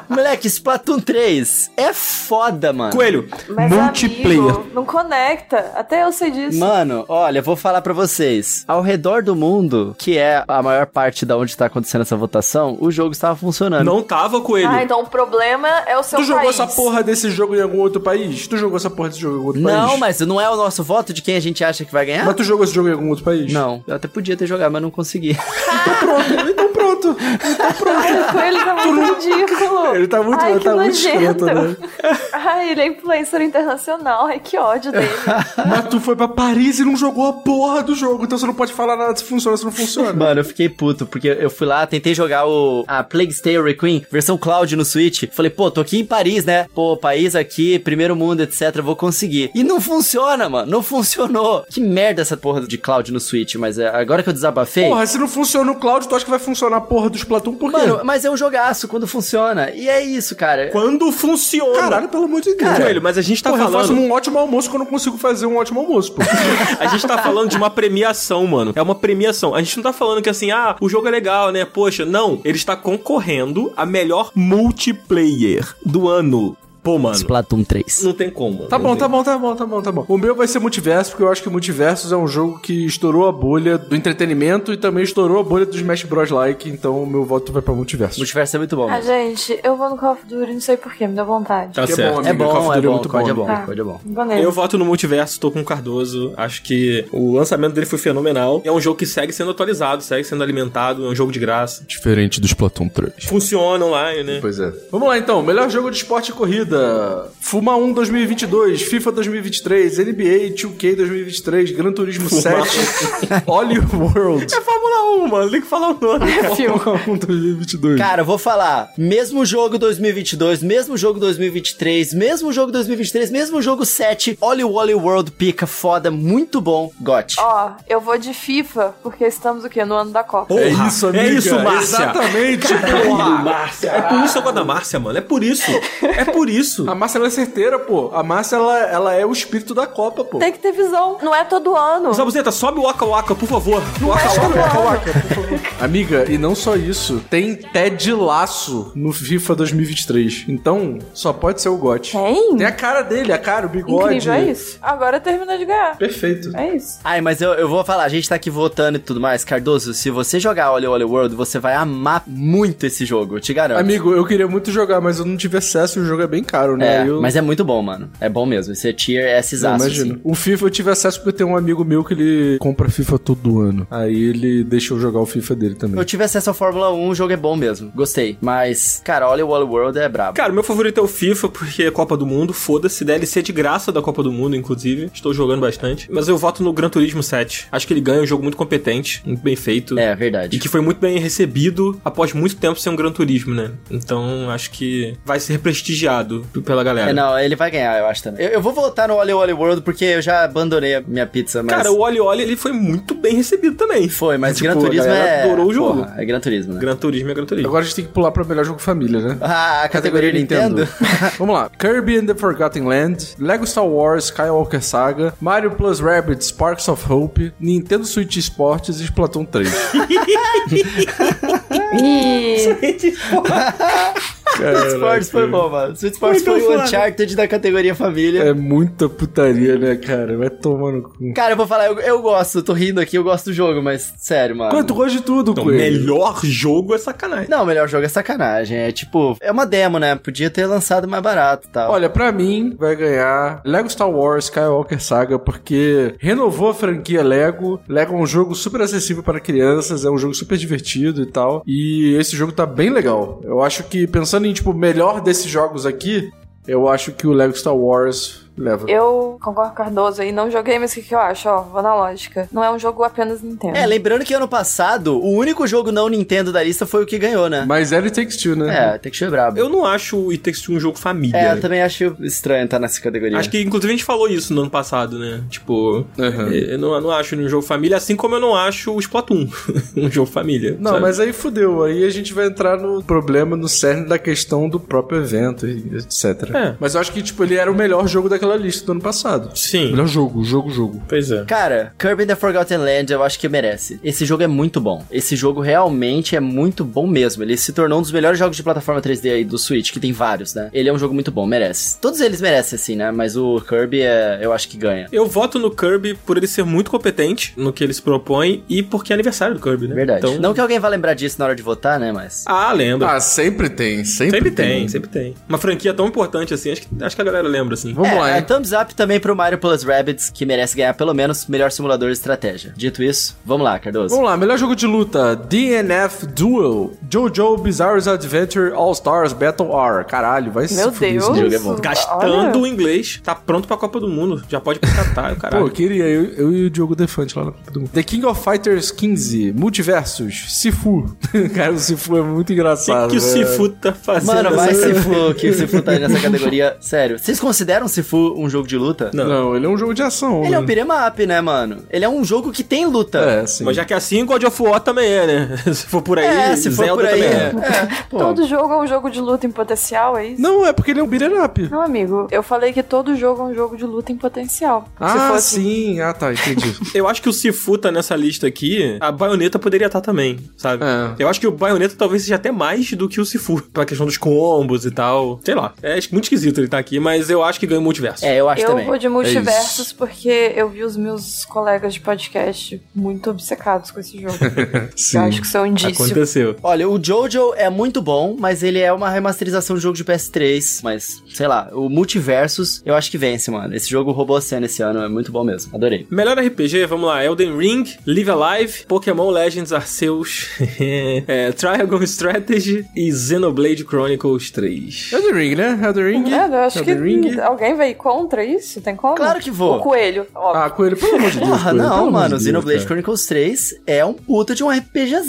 Moleque, Splatoon 3 é foda, mano. Coelho, Mas, multiplayer. amigo, não conecta. Até eu sei disso. Mano, olha, eu vou falar pra vocês. Ao redor do mundo, que é a maior parte da onde tá acontecendo essa votação, o jogo estava funcionando. Não tava, Coelho. Ah, então o problema é o seu então tu jogou tá país. essa porra desse jogo em algum outro país? Tu jogou essa porra desse jogo em algum outro país? Não, mas é. não é o nosso voto de quem a gente acha que vai ganhar? Mas tu jogou esse jogo em algum outro país? Não, eu até podia ter jogado, mas não consegui. Então pronto, então pronto. isso? Então pronto. Ai, o coelho tá muito ridículo. Ele tá muito- Ai, ele que tá muito nojento. escroto, Ai, ele é influencer internacional. Ai, que ódio dele. Mas tu foi pra Paris e não jogou a porra do jogo, então você não pode falar nada se funciona, se não funciona. Mano, eu fiquei puto, porque eu fui lá, tentei jogar o a Plague Tale Requiem, versão Cloud no Switch. Falei, pô, tô aqui em Paris, né? Pô, país aqui, primeiro mundo, etc, vou conseguir. E não funciona, mano, não funcionou. Que merda essa porra de Cloud no Switch, mas é, agora que eu desabafei... Porra, se não funciona o Cloud, tu acha que vai funcionar a porra do Splatoon? Por quê? Mano, mas é um jogaço quando funciona. E é isso, cara. Quando funciona. Caralho, pelo amor de Deus. Cara, velho. mas a gente tá Porra, eu falando- faço um ótimo almoço quando eu não consigo fazer um ótimo almoço, pô. A gente tá falando de uma premiação, mano. É uma premiação. A gente não tá falando que assim, ah, o jogo é legal, né? Poxa, não. Ele está concorrendo a melhor multiplayer do ano. Pô, mano. Splatoon 3. Não tem como. Tá bom, tá bom, tá bom, tá bom, tá bom. O meu vai ser Multiverso, porque eu acho que Multiversos é um jogo que estourou a bolha do entretenimento e também estourou a bolha do Smash Bros. Like, então o meu voto vai pra Multiverso. Multiverso é muito bom. Ah, mano. gente, eu vou no Call of Duty, não sei porquê, me deu vontade. Tá Que é certo. bom, Call É of bom, Duty é é bom, muito COD é bom. bom, Tá. COD é bom. Vou nele. Eu voto no Multiverso, tô com o Cardoso. Acho que o lançamento dele foi fenomenal. É um jogo que segue sendo atualizado, segue sendo alimentado, é um jogo de graça. Diferente do Splatoon 3. Funciona online, né? Pois é. Vamos lá então, melhor jogo de esporte e corrida. Fuma 1 2022, FIFA 2023, NBA 2K 2023, Gran Turismo 7, Oli World. É um É Fórmula 1, mano. Tem que falar o nome. cara. Fuma 1 2022. Cara, eu vou falar, mesmo jogo 2022, mesmo jogo 2023, mesmo jogo 2023, mesmo jogo 7, Ollie Wally World pica foda, muito bom, got. Ó, eu vou de FIFA, porque estamos o quê? No ano da Copa. Porra, é isso, amiga. É isso, Márcia. Exatamente. Caralho, Márcia. É por isso que eu gosto da Márcia, mano. É por isso. É por isso. A Márcia ela é certeira, pô. A Márcia ela, ela é o espírito da Copa, pô. Tem que ter visão, não é todo ano. Zabuzeta, sobe o Waka Waka, por favor. Waka é todo Waka. ano. Amiga, e não só isso, tem Ted Laço no FIFA 2023. Então, só pode ser o GOT. Tem? Tem a cara dele, a cara, o bigode. Incrível, é isso. Agora terminou de ganhar. Perfeito. É isso. Ai, mas eu, eu vou falar, a gente tá aqui votando e tudo mais. Cardoso, se você jogar Ollie Wally World, você vai amar muito esse jogo, eu te garanto. Amigo, eu queria muito jogar, mas eu não tive acesso e o jogo é bem caro, né? é, eu... mas é muito bom, mano. É bom mesmo, esse é tier é Não, sisaço, imagina. assim. O FIFA eu tive acesso porque tem um amigo meu que ele compra FIFA todo ano. Aí ele deixa eu jogar o FIFA dele também. Eu tive acesso à Fórmula 1, o jogo é bom mesmo, gostei. Mas, cara, Ollie Wally World é brabo. Cara, meu favorito é o FIFA, porque é Copa do Mundo. Foda-se, DLC de graça da Copa do Mundo, inclusive. Estou jogando bastante. Mas eu voto no Gran Turismo 7. Acho que ele ganha é um jogo muito competente, muito bem feito. É, verdade. E que foi muito bem recebido após muito tempo sem um Gran Turismo, né? Então acho que vai ser prestigiado p- pela galera. É, não, ele vai ganhar, eu acho também. Eu, eu vou voltar no Oli Oli World porque eu já abandonei a minha pizza, mas. Cara, o Oli Oli ele foi muito bem recebido também. Foi, mas Tipo, Gran Turismo a galera é. adorou o jogo. Porra, é Gran Turismo, né? Gran Turismo é Gran Turismo. Agora a gente tem que pular pra melhor jogo família, né? Ah, a categoria Nintendo. Vamos lá. Kirby and the Forgotten Land, Lego Star Wars Skywalker Saga, Mario Plus Rabbit Sparks of Hope, Nintendo Switch Sports e Splatoon 3. E Sweet Sports foi bom, mano. Sweet Sports foi o Uncharted da categoria família. é muita putaria, né, cara? Vai tomar no É. cu. Cara, eu vou falar, eu, eu gosto, tô rindo aqui, eu gosto do jogo, mas sério, mano. Quanto gosta de tudo, Então, coelho. melhor jogo é sacanagem. Não, o melhor jogo é sacanagem. É tipo, é uma demo, né? Podia ter lançado mais barato e tal. Olha, pra mim, vai ganhar Lego Star Wars Skywalker Saga, porque renovou a franquia Lego. Lego é um jogo super acessível para crianças, é um jogo super divertido e tal. E esse jogo tá bem legal. Eu acho que, pensando em, tipo, o melhor desses jogos aqui, eu acho que o Lego Star Wars leva. eu concordo com o Cardoso aí, não joguei, mas o que, que eu acho? Ó, vou na lógica. Não é um jogo apenas Nintendo. É, lembrando que ano passado, o único jogo não Nintendo da lista foi o que ganhou, né? Mas ele takes two, né? É, tem que ser brabo. Eu não acho o It Takes Two um jogo família. É, eu também acho estranho estar nessa É. categoria. Acho que, inclusive, a gente falou isso no ano passado, né? Tipo, Aham. eu não, eu não acho ele um jogo família, assim como eu não acho o Splatoon um jogo família. Não, sabe? mas aí fudeu. Aí a gente vai entrar no problema, no cerne da questão do próprio evento, e etc. É. Mas eu acho que, tipo, ele era o melhor jogo daquela lista do ano passado. Sim. Melhor jogo, jogo, jogo. Pois é. Cara, Kirby The Forgotten Land eu acho que merece. Esse jogo é muito bom. Esse jogo realmente é muito bom mesmo. Ele se tornou um dos melhores jogos de plataforma 3D aí do Switch, que tem vários, né? Ele é um jogo muito bom, merece. Todos eles merecem, assim, né? Mas o Kirby é, eu acho que ganha. Eu voto no Kirby por ele ser muito competente no que ele se propõe e porque é aniversário do Kirby, né? Verdade. Então... Não que alguém vá lembrar disso na hora de votar, né? Mas. Ah, lembra. Ah, sempre tem, né? sempre, sempre tem, sempre tem. Uma franquia tão importante assim, acho que, acho que a galera lembra, assim. Vamos É, lá, é, thumbs up também pro Mario Plus Rabbids, que merece ganhar pelo menos melhor simulador de estratégia. Dito isso, vamos lá, Cardoso. Vamos lá, melhor jogo de luta: DNF Duel, JoJo Bizarre's Adventure All Stars Battle R. Caralho, vai Meu se fuder Deus. esse jogo. é bom. Gastando Olha. o inglês, tá pronto pra Copa do Mundo. Já pode pro Catar, Pô, eu o caralho. queria, eu, eu e o Diogo Defante lá na Copa do Mundo. The King of Fighters 15, Multiversus, Sifu. Cara, o Sifu é muito O engraçado. né? que, que o velho. Sifu tá fazendo? Mano, vai nessa- Sifu, que o Sifu tá aí nessa categoria. Sério, vocês consideram Sifu um jogo de luta? Não. Não, ele é um jogo de ação. Ele é um né? beat'em up, né, mano? Ele é um jogo que tem luta. É, sim. Mas já que é assim, God of War também é, né? se for por aí, É, se for Zelda por aí. também É. é. pô. Todo jogo é um jogo de luta em potencial, é isso? Não, é porque ele é um beat'em up. Não, amigo, eu falei que todo jogo é um jogo de luta em potencial. Ah, Se fosse sim. Ah, tá, entendi. Eu acho que o Sifu tá nessa lista aqui, a baioneta poderia estar também, sabe? É. Eu acho que o baioneta talvez seja até mais do que o Sifu, pra questão dos combos e tal. Sei lá. É muito esquisito ele tá aqui, mas eu acho que ganha o multiverso. É, eu acho eu também. vou de É multiversos porque eu vi os meus colegas de podcast muito obcecados com esse jogo. Sim. Eu acho que isso é um indício. Aconteceu. Olha, o Jojo é muito bom, mas ele é uma remasterização de jogo de PS3. Mas, sei lá, o Multiversus eu acho que vence, mano. Esse jogo roubou a cena esse ano, é muito bom mesmo. Adorei. Melhor RPG, vamos lá. Elden Ring, Live Alive, Pokémon Legends Arceus, é, Triangle Strategy e Xenoblade Chronicles 3. Elden Ring, né? Elden Ring. É, eu acho que Elden Ring. alguém vai contra isso? Tem como? Claro que vou. O coelho, óbvio. Ah, Coelho, pelo amor de Deus. Porra, Coelho, pelo Ah, não, amor de mano. Deus, Xenoblade cara. Chronicles 3 é um puta de um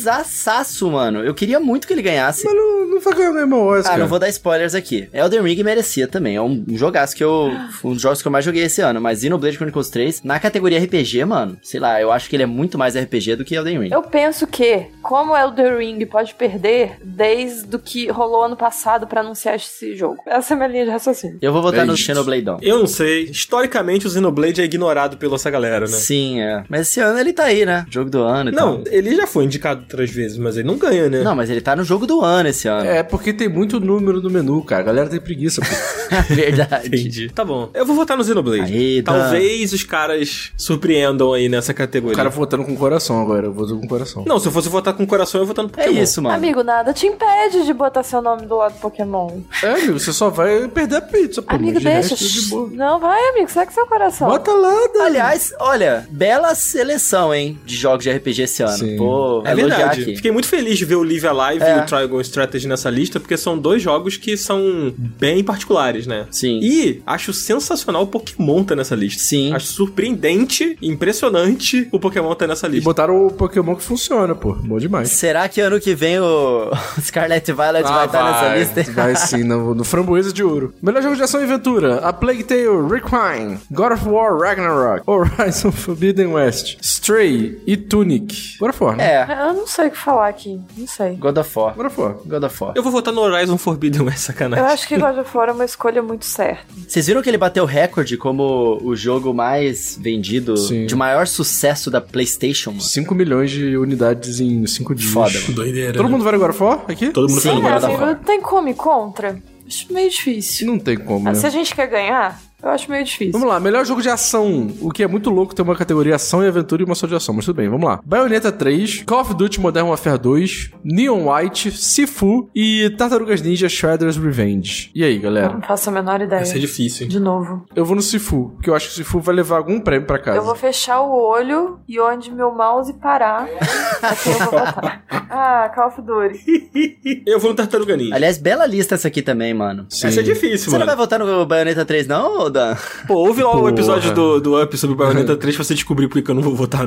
RPGzaçaço, mano. Eu queria muito que ele ganhasse. Mas não, não vai ganhar o mesmo Oscar. Ah, não vou dar spoilers aqui. Elden Ring merecia também. É um um jogaço que eu. Um dos jogos que eu mais joguei esse ano. Mas Xenoblade Chronicles 3, na categoria RPG, mano, sei lá, eu acho que ele é muito mais RPG do que Elden Ring. Eu penso que, como Elden Ring pode perder desde o que rolou ano passado pra anunciar esse jogo. Essa é a minha linha de raciocínio. Eu vou votar É no isso. Xenoblade Dawn. Eu não sei. Historicamente, o Xenoblade é ignorado pela essa galera, né? Sim, é. Mas esse ano ele tá aí, né? Jogo do ano e Não, tal. ele já foi indicado outras vezes, mas ele não ganha, né? Então, Não, mas ele tá no jogo do ano esse ano. É porque tem muito número no menu, cara. A galera tem preguiça. pô. É Verdade. Entendi. Tá bom. Eu vou votar no Xenoblade. Aí, tá. Talvez os caras surpreendam aí nessa categoria. O cara votando com o coração agora. Eu voto com o coração. Não, se eu fosse votar com o coração, eu ia votar no É Pokémon. isso, mano. Amigo, nada te impede de botar seu nome do lado do Pokémon. É, amigo, você só vai perder a pizza, pô. amigo, De deixa. resto, de boa. Não, vai, amigo, segue seu coração. Bota lá, tá Dani. Aliás, olha, bela seleção, hein, de jogos de RPG esse ano. Sim. Vou É elogiar verdade. aqui. Fiquei muito feliz de ver o Live Alive É. e o Triangle Strategy nessa lista, porque são dois jogos que são bem particulares, né? Sim. E acho sensacional o Pokémon tá nessa lista. Sim. Acho surpreendente, impressionante o Pokémon tá nessa E lista. botaram o Pokémon que funciona, pô. Bom demais. Será que ano que vem o Scarlet Violet vai estar nessa lista? É, vai sim, no, no Framboesa de Ouro. Melhor jogo de ação e aventura: A Plague Tale Requiem, God of War Ragnarok, Horizon Forbidden West, Stray e Tunic. God of War, né? É, Eu não sei o que falar aqui, não sei. God of War. God of War. God of War. Eu vou votar no Horizon Forbidden West, Eu sacanagem. acho que God of War é uma escolha muito certa. Vocês viram que ele bateu recorde como o jogo mais vendido, Sim. de maior sucesso da PlayStation, mano? 5 milhões de unidades em 5 dias. Foda, mano. Doideira. Todo mundo vai no God of War aqui? Todo mundo Sim, falando God of agora. War. amigo, tem como ir contra? Acho meio difícil. Não tem como, Ah, né? se a gente quer ganhar, eu acho meio difícil. Vamos lá, melhor jogo de ação. O que é muito louco ter uma categoria ação e aventura e uma só de ação, mas tudo bem, vamos lá. Bayonetta 3, Call of Duty Modern Warfare 2, Neon White, Sifu e Tartarugas Ninja Shredder's Revenge. E aí, galera? Não faço a menor ideia. Isso é difícil, hein? De novo. Eu vou no Sifu, porque eu acho que o Sifu vai levar algum prêmio pra casa. Eu vou fechar o olho e onde meu mouse parar, É. aqui eu vou botar. Ah, Call of Duty. Eu vou no Tartaruga Ninja. Aliás, bela lista essa aqui também, mano. Sim. Essa é difícil, Você não mano. vai votar no Bayonetta 3, não, ô Dan? Pô, ouve lá o Porra. É. episódio do, do Up sobre o Bayonetta 3 pra você descobrir por que eu não vou votar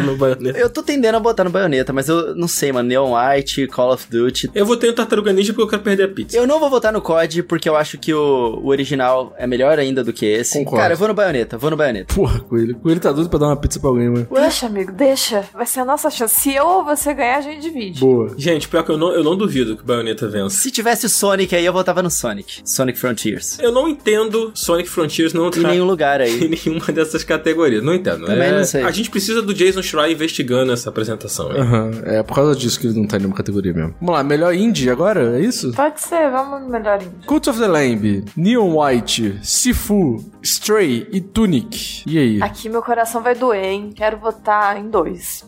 no Bayonetta. Eu tô tendendo a botar no Bayonetta, mas eu não sei, mano. Neon White, Call of Duty. Eu votei no Tartaruga Ninja porque eu quero perder a pizza. Eu não vou votar no COD porque eu acho que o, o original é melhor ainda do que esse. Concordo. Cara, eu vou no Bayonetta, vou no Bayonetta. Porra, Coelho. Coelho tá doido pra dar uma pizza pra alguém, mano. Deixa, amigo, deixa. Vai ser a nossa chance. Se eu ou você ganhar, a gente divide. Boa. Gente, pior que eu não, eu não duvido que o Bayonetta vença. Se tivesse o Sonic aí, eu votava no Sonic. Sonic Frontiers. Eu não entendo Sonic Frontiers Tá. não Em entrar nenhum lugar em aí. nenhuma dessas categorias. Não entendo. Também É- não sei. A gente precisa do Jason Schreier investigando essa apresentação. né? Aham, é por causa disso que ele não tá em nenhuma categoria mesmo. Vamos lá, melhor indie agora? É isso? Pode ser, vamos no melhor índio. Cult of the Lamb, Neon White, Sifu, Stray e Tunic. E aí? Aqui meu coração vai doer, hein? Quero votar em dois.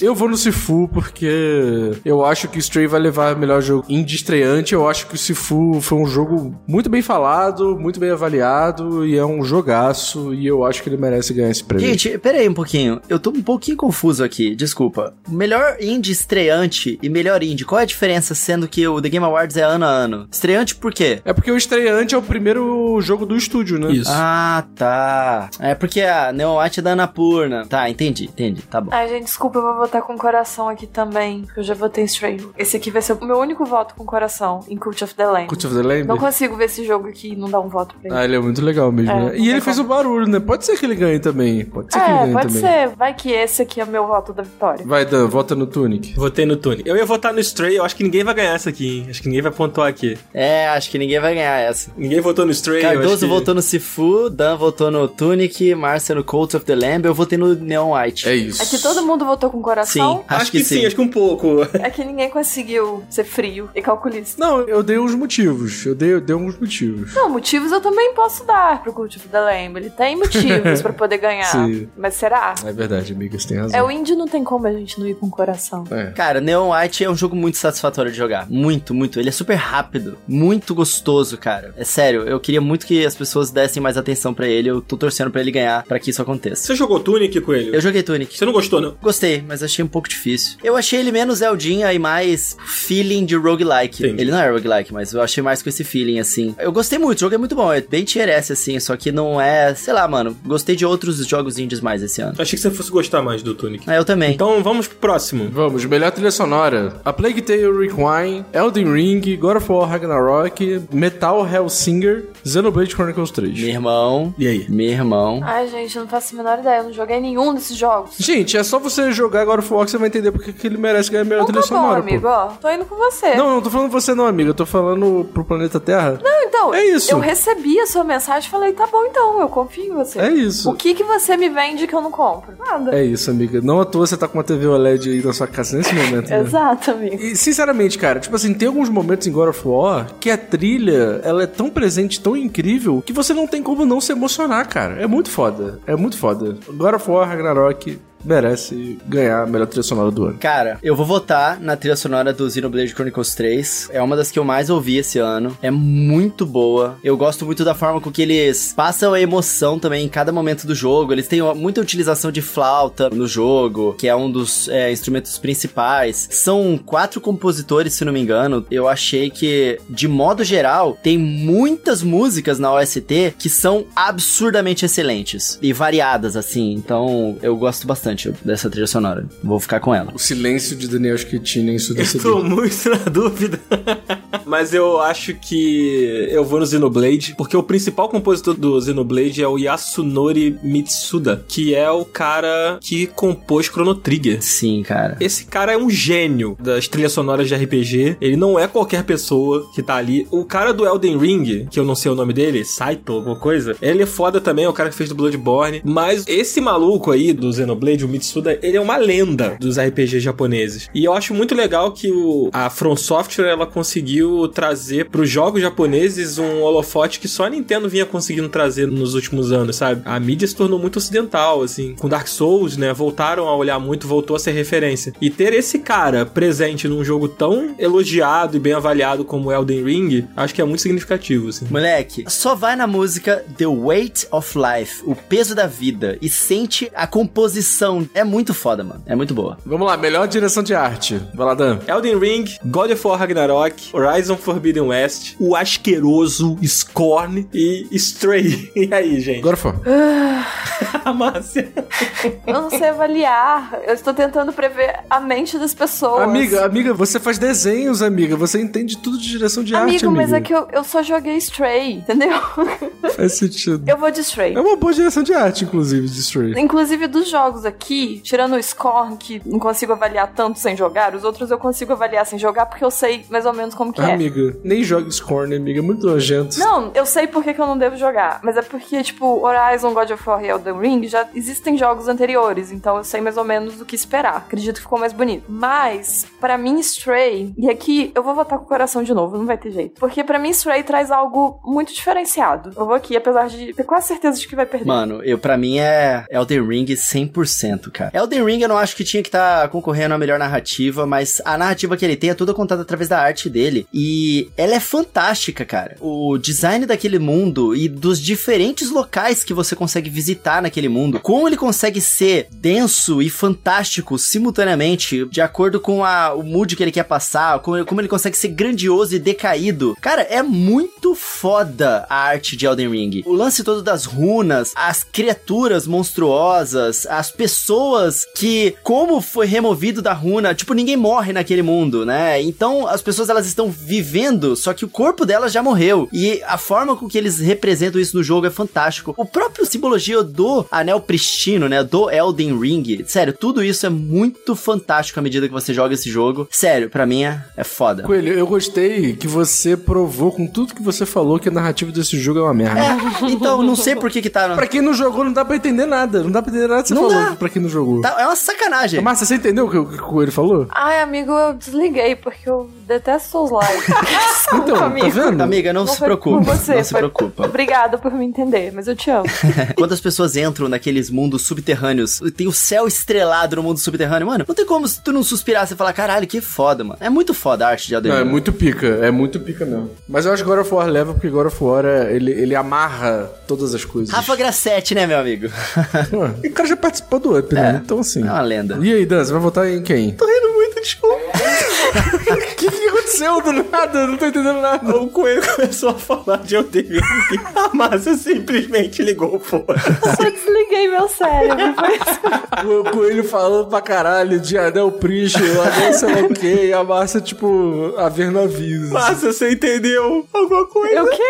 Eu vou no Sifu porque eu acho que o Stray vai levar o melhor jogo indie estreante. Eu acho que o Sifu foi um jogo muito bem falado, muito bem avaliado e é um jogaço. E eu acho que ele merece ganhar esse prêmio. Gente, pera aí um pouquinho. Eu tô um pouquinho confuso aqui, desculpa. Melhor indie estreante e melhor indie, qual é a diferença sendo que o The Game Awards é ano a ano? Estreante por quê? É porque o estreante é o primeiro jogo do estúdio, né? Isso. Ah, tá. É porque a Neon White é da Anapurna. Tá, entendi, entendi. Tá bom. Ai, gente, desculpa, eu vou votar com coração aqui também. Eu já votei em Stray. Esse aqui vai ser o meu único voto com coração em Cult of the Lamb. Cult of the Lamb? Não consigo ver esse jogo aqui e não dar um voto pra ele. Ah, ele é muito legal mesmo, É, né? não E tem ele fez o como. barulho, né? Pode ser que ele ganhe também. Pode ser que ele é, ganhe pode também. ser. Vai que esse aqui é o meu voto da vitória. Vai, Dan, vota no Tunic. Votei no Tony. Eu ia votar no Stray, eu acho que ninguém vai ganhar essa aqui, hein? Acho que ninguém vai pontuar aqui. É, acho que ninguém vai ganhar essa. Ninguém votou no Stray, eu acho Cardoso que... votou no Sifu, Dan votou no Tunic, Márcia no Cult of the Lamb, eu votei no Neon White. É isso. É que todo mundo votou com coração. Acho, que, sim, acho que um pouco. É que ninguém conseguiu ser frio e calculista. Não, eu dei uns motivos. Eu dei, eu dei uns motivos. Não, motivos eu também posso dar pro Cult of the Lamb. Ele tem motivos pra poder ganhar. Sim. Mas será? É verdade, amiga, você tem É, razão. o indie não tem como a gente não ir com coração. É. Cara, Neon White é um jogo muito satisfatório de jogar. Muito, muito. Ele é super rápido. Muito gostoso, cara. É sério, eu queria muito que as pessoas dessem mais atenção pra ele. Eu tô torcendo pra ele ganhar, pra que isso aconteça. Você jogou Tunic, Coelho? Eu joguei Tunic. Você não gostou, não? Gostei, mas achei um pouco difícil. Eu achei ele menos Zeldinha e mais feeling de roguelike. Entendi. Ele não é roguelike, mas eu achei mais com esse feeling, assim. Eu gostei muito, o jogo é muito bom, é bem tier S, assim, só que não é... Sei lá, mano, gostei de outros jogos indies mais esse ano. Achei que você fosse gostar mais do Tunic. Ah, eu também. Então vamos pro próximo. Vamos, melhor trilha sonora. A Plague Tale Requiem, Elden Ring, God of War Ragnarok, Metal Hellsinger, Xenoblade Chronicles 3. Meu irmão... E aí? Meu irmão... Ai, gente, eu não faço a menor ideia. Eu não joguei nenhum desses jogos. Gente, é só você jogar God of War que você vai entender porque que ele merece ganhar a melhor Não tá trilha bom, sonora, pô. amigo, ó. Tô indo com você. Não, não tô falando você não, amiga. Eu tô falando pro planeta Terra. Não, então, É isso. eu recebi a sua mensagem e falei, tá bom então, eu confio em você. É isso. O que que você me vende que eu não compro? Nada. É isso, amiga. Não à toa você tá com uma TV OLED aí na sua casa nesse momento, né? Exato, amigo. E, sinceramente, cara, tipo assim, tem alguns momentos em God of War que a trilha, ela é tão presente, tão incrível, que você não tem como não se emocionar, cara. É muito foda. É muito foda. God of War Ragnarok merece ganhar a melhor trilha sonora do ano. Cara, eu vou votar na trilha sonora do Xenoblade Chronicles 3. É uma das que eu mais ouvi esse ano. É muito boa. Eu gosto muito da forma com que eles passam a emoção também em cada momento do jogo. Eles têm muita utilização de flauta no jogo, que é um dos é, instrumentos principais. São quatro compositores, se não me engano. Eu achei que, de modo geral, tem muitas músicas na OST que são absurdamente excelentes e variadas, assim. Então, eu gosto bastante dessa trilha sonora. Vou ficar com ela. O silêncio de Daniel Schettino em isso Eu tô muito na dúvida. Mas eu acho que eu vou no Xenoblade, porque o principal compositor do Xenoblade é o Yasunori Mitsuda, que é o cara que compôs Chrono Trigger. Sim, cara. Esse cara é um gênio das trilhas sonoras de RPG. Ele não é qualquer pessoa que tá ali. O cara do Elden Ring, que eu não sei o nome dele, Saito, alguma coisa, ele é foda também, é o cara que fez do Bloodborne. Mas esse maluco aí do Xenoblade, o Mitsuda, ele é uma lenda dos RPGs japoneses. E eu acho muito legal que o, a From Software ela conseguiu trazer pros jogos japoneses um holofote que só a Nintendo vinha conseguindo trazer nos últimos anos, sabe? A mídia se tornou muito ocidental, assim. Com Dark Souls, né? Voltaram a olhar muito, voltou a ser referência. E ter esse cara presente num jogo tão elogiado e bem avaliado como Elden Ring, acho que é muito significativo, assim. Moleque, só vai na música The Weight of Life, o peso da vida, e sente a composição. É muito foda, mano. É muito boa. Vamos lá, melhor direção de arte. Vai lá, Dan. Elden Ring, God of War Ragnarok, Horizon Forbidden West, o asqueroso Scorn e Stray. E aí, gente? God of War. A Márcia. Eu não sei avaliar. Eu estou tentando prever a mente das pessoas. Amiga, amiga, você faz desenhos, amiga. Você entende tudo de direção de arte, Amigo, amiga. mas é que eu, eu só joguei Stray, entendeu? Faz sentido. eu vou de Stray. É uma boa direção de arte, inclusive, de Stray. Inclusive, dos jogos aqui, tirando o Scorn, que não consigo avaliar tanto sem jogar, os outros eu consigo avaliar sem jogar porque eu sei mais ou menos como que é. amiga, nem joga Scorn, amiga. É muito nojento. Não, eu sei por que, que eu não devo jogar, mas é porque, tipo, Horizon, God of War e Elden Ring já existem jogos anteriores, então eu sei mais ou menos o que esperar. Acredito que ficou mais bonito. Mas, pra mim, Stray, e aqui eu vou votar com o coração de novo, não vai ter jeito. Porque pra mim, Stray traz algo muito diferenciado. Eu vou aqui, apesar de ter quase certeza de que vai perder. Mano, eu para mim é Elden Ring 100%, cara. Elden Ring eu não acho que tinha que estar concorrendo à melhor narrativa, mas a narrativa que ele tem é toda contada através da arte dele e ela é fantástica, cara. O design daquele mundo e dos diferentes locais que você consegue visitar naquele mundo, como ele consegue ser denso e fantástico simultaneamente, de acordo com a- o mood que ele quer passar, como ele, como ele consegue ser grandioso e decaído. Cara, é muito foda a arte de Elden Ring. O lance todo das runas, as criaturas monstruosas, as pessoas que, como foi removido da runa, tipo, ninguém morre naquele mundo, né? Então as pessoas elas estão vivendo, só que o corpo delas já morreu. E a forma com que eles representam isso no jogo é fantástico. O próprio simbologia do anel pristino, né? Do Elden Ring. Sério, tudo isso é muito fantástico à medida que você joga esse jogo. Sério, pra mim é, é foda. Coelho, eu gostei que você provou com tudo que você falou que a narrativa desse jogo é uma merda. É, então, não sei por que que tá... no- Pra quem não jogou, não dá pra entender nada. Não dá pra entender nada que você Não falou dá. pra quem não jogou. tá- é uma sacanagem. Márcia, você entendeu o que o que o Coelho falou? Ai, amigo, eu desliguei, porque eu detesto Souls Like. Então, tá amigo. vendo? Amiga, não, se foi preocupa. por você, não se foi- preocupa. Obrigada por me entender, mas eu te amo. Quando as pessoas entram naqueles mundos subterrâneos, e tem o céu estrelado no mundo subterrâneo, mano, não tem como se tu não suspirar e falar, caralho, que foda, mano. É muito foda a arte de Elden Não, é Ring. muito pica, é muito pica mesmo. Mas eu acho que God of War leva, porque God of War é- ele, ele amarra todas as coisas. Rafa Grassetti, né, meu amigo? Ué, E o cara já participou do Up, né? Então assim. É uma lenda. E aí, Dan, você vai votar em quem? Tô rindo muito, desculpa. O que, que aconteceu do nada? Eu Não tô entendendo nada. O coelho começou a falar de Elden Ring. A é Márcia simplesmente ligou fora. Eu desliguei meu cérebro, foi isso. O Coelho falando pra caralho de Adel Priest, Adel sei lá o quê, e a Márcia, tipo, a ver navios. Márcia, você entendeu alguma coisa? Eu o quê?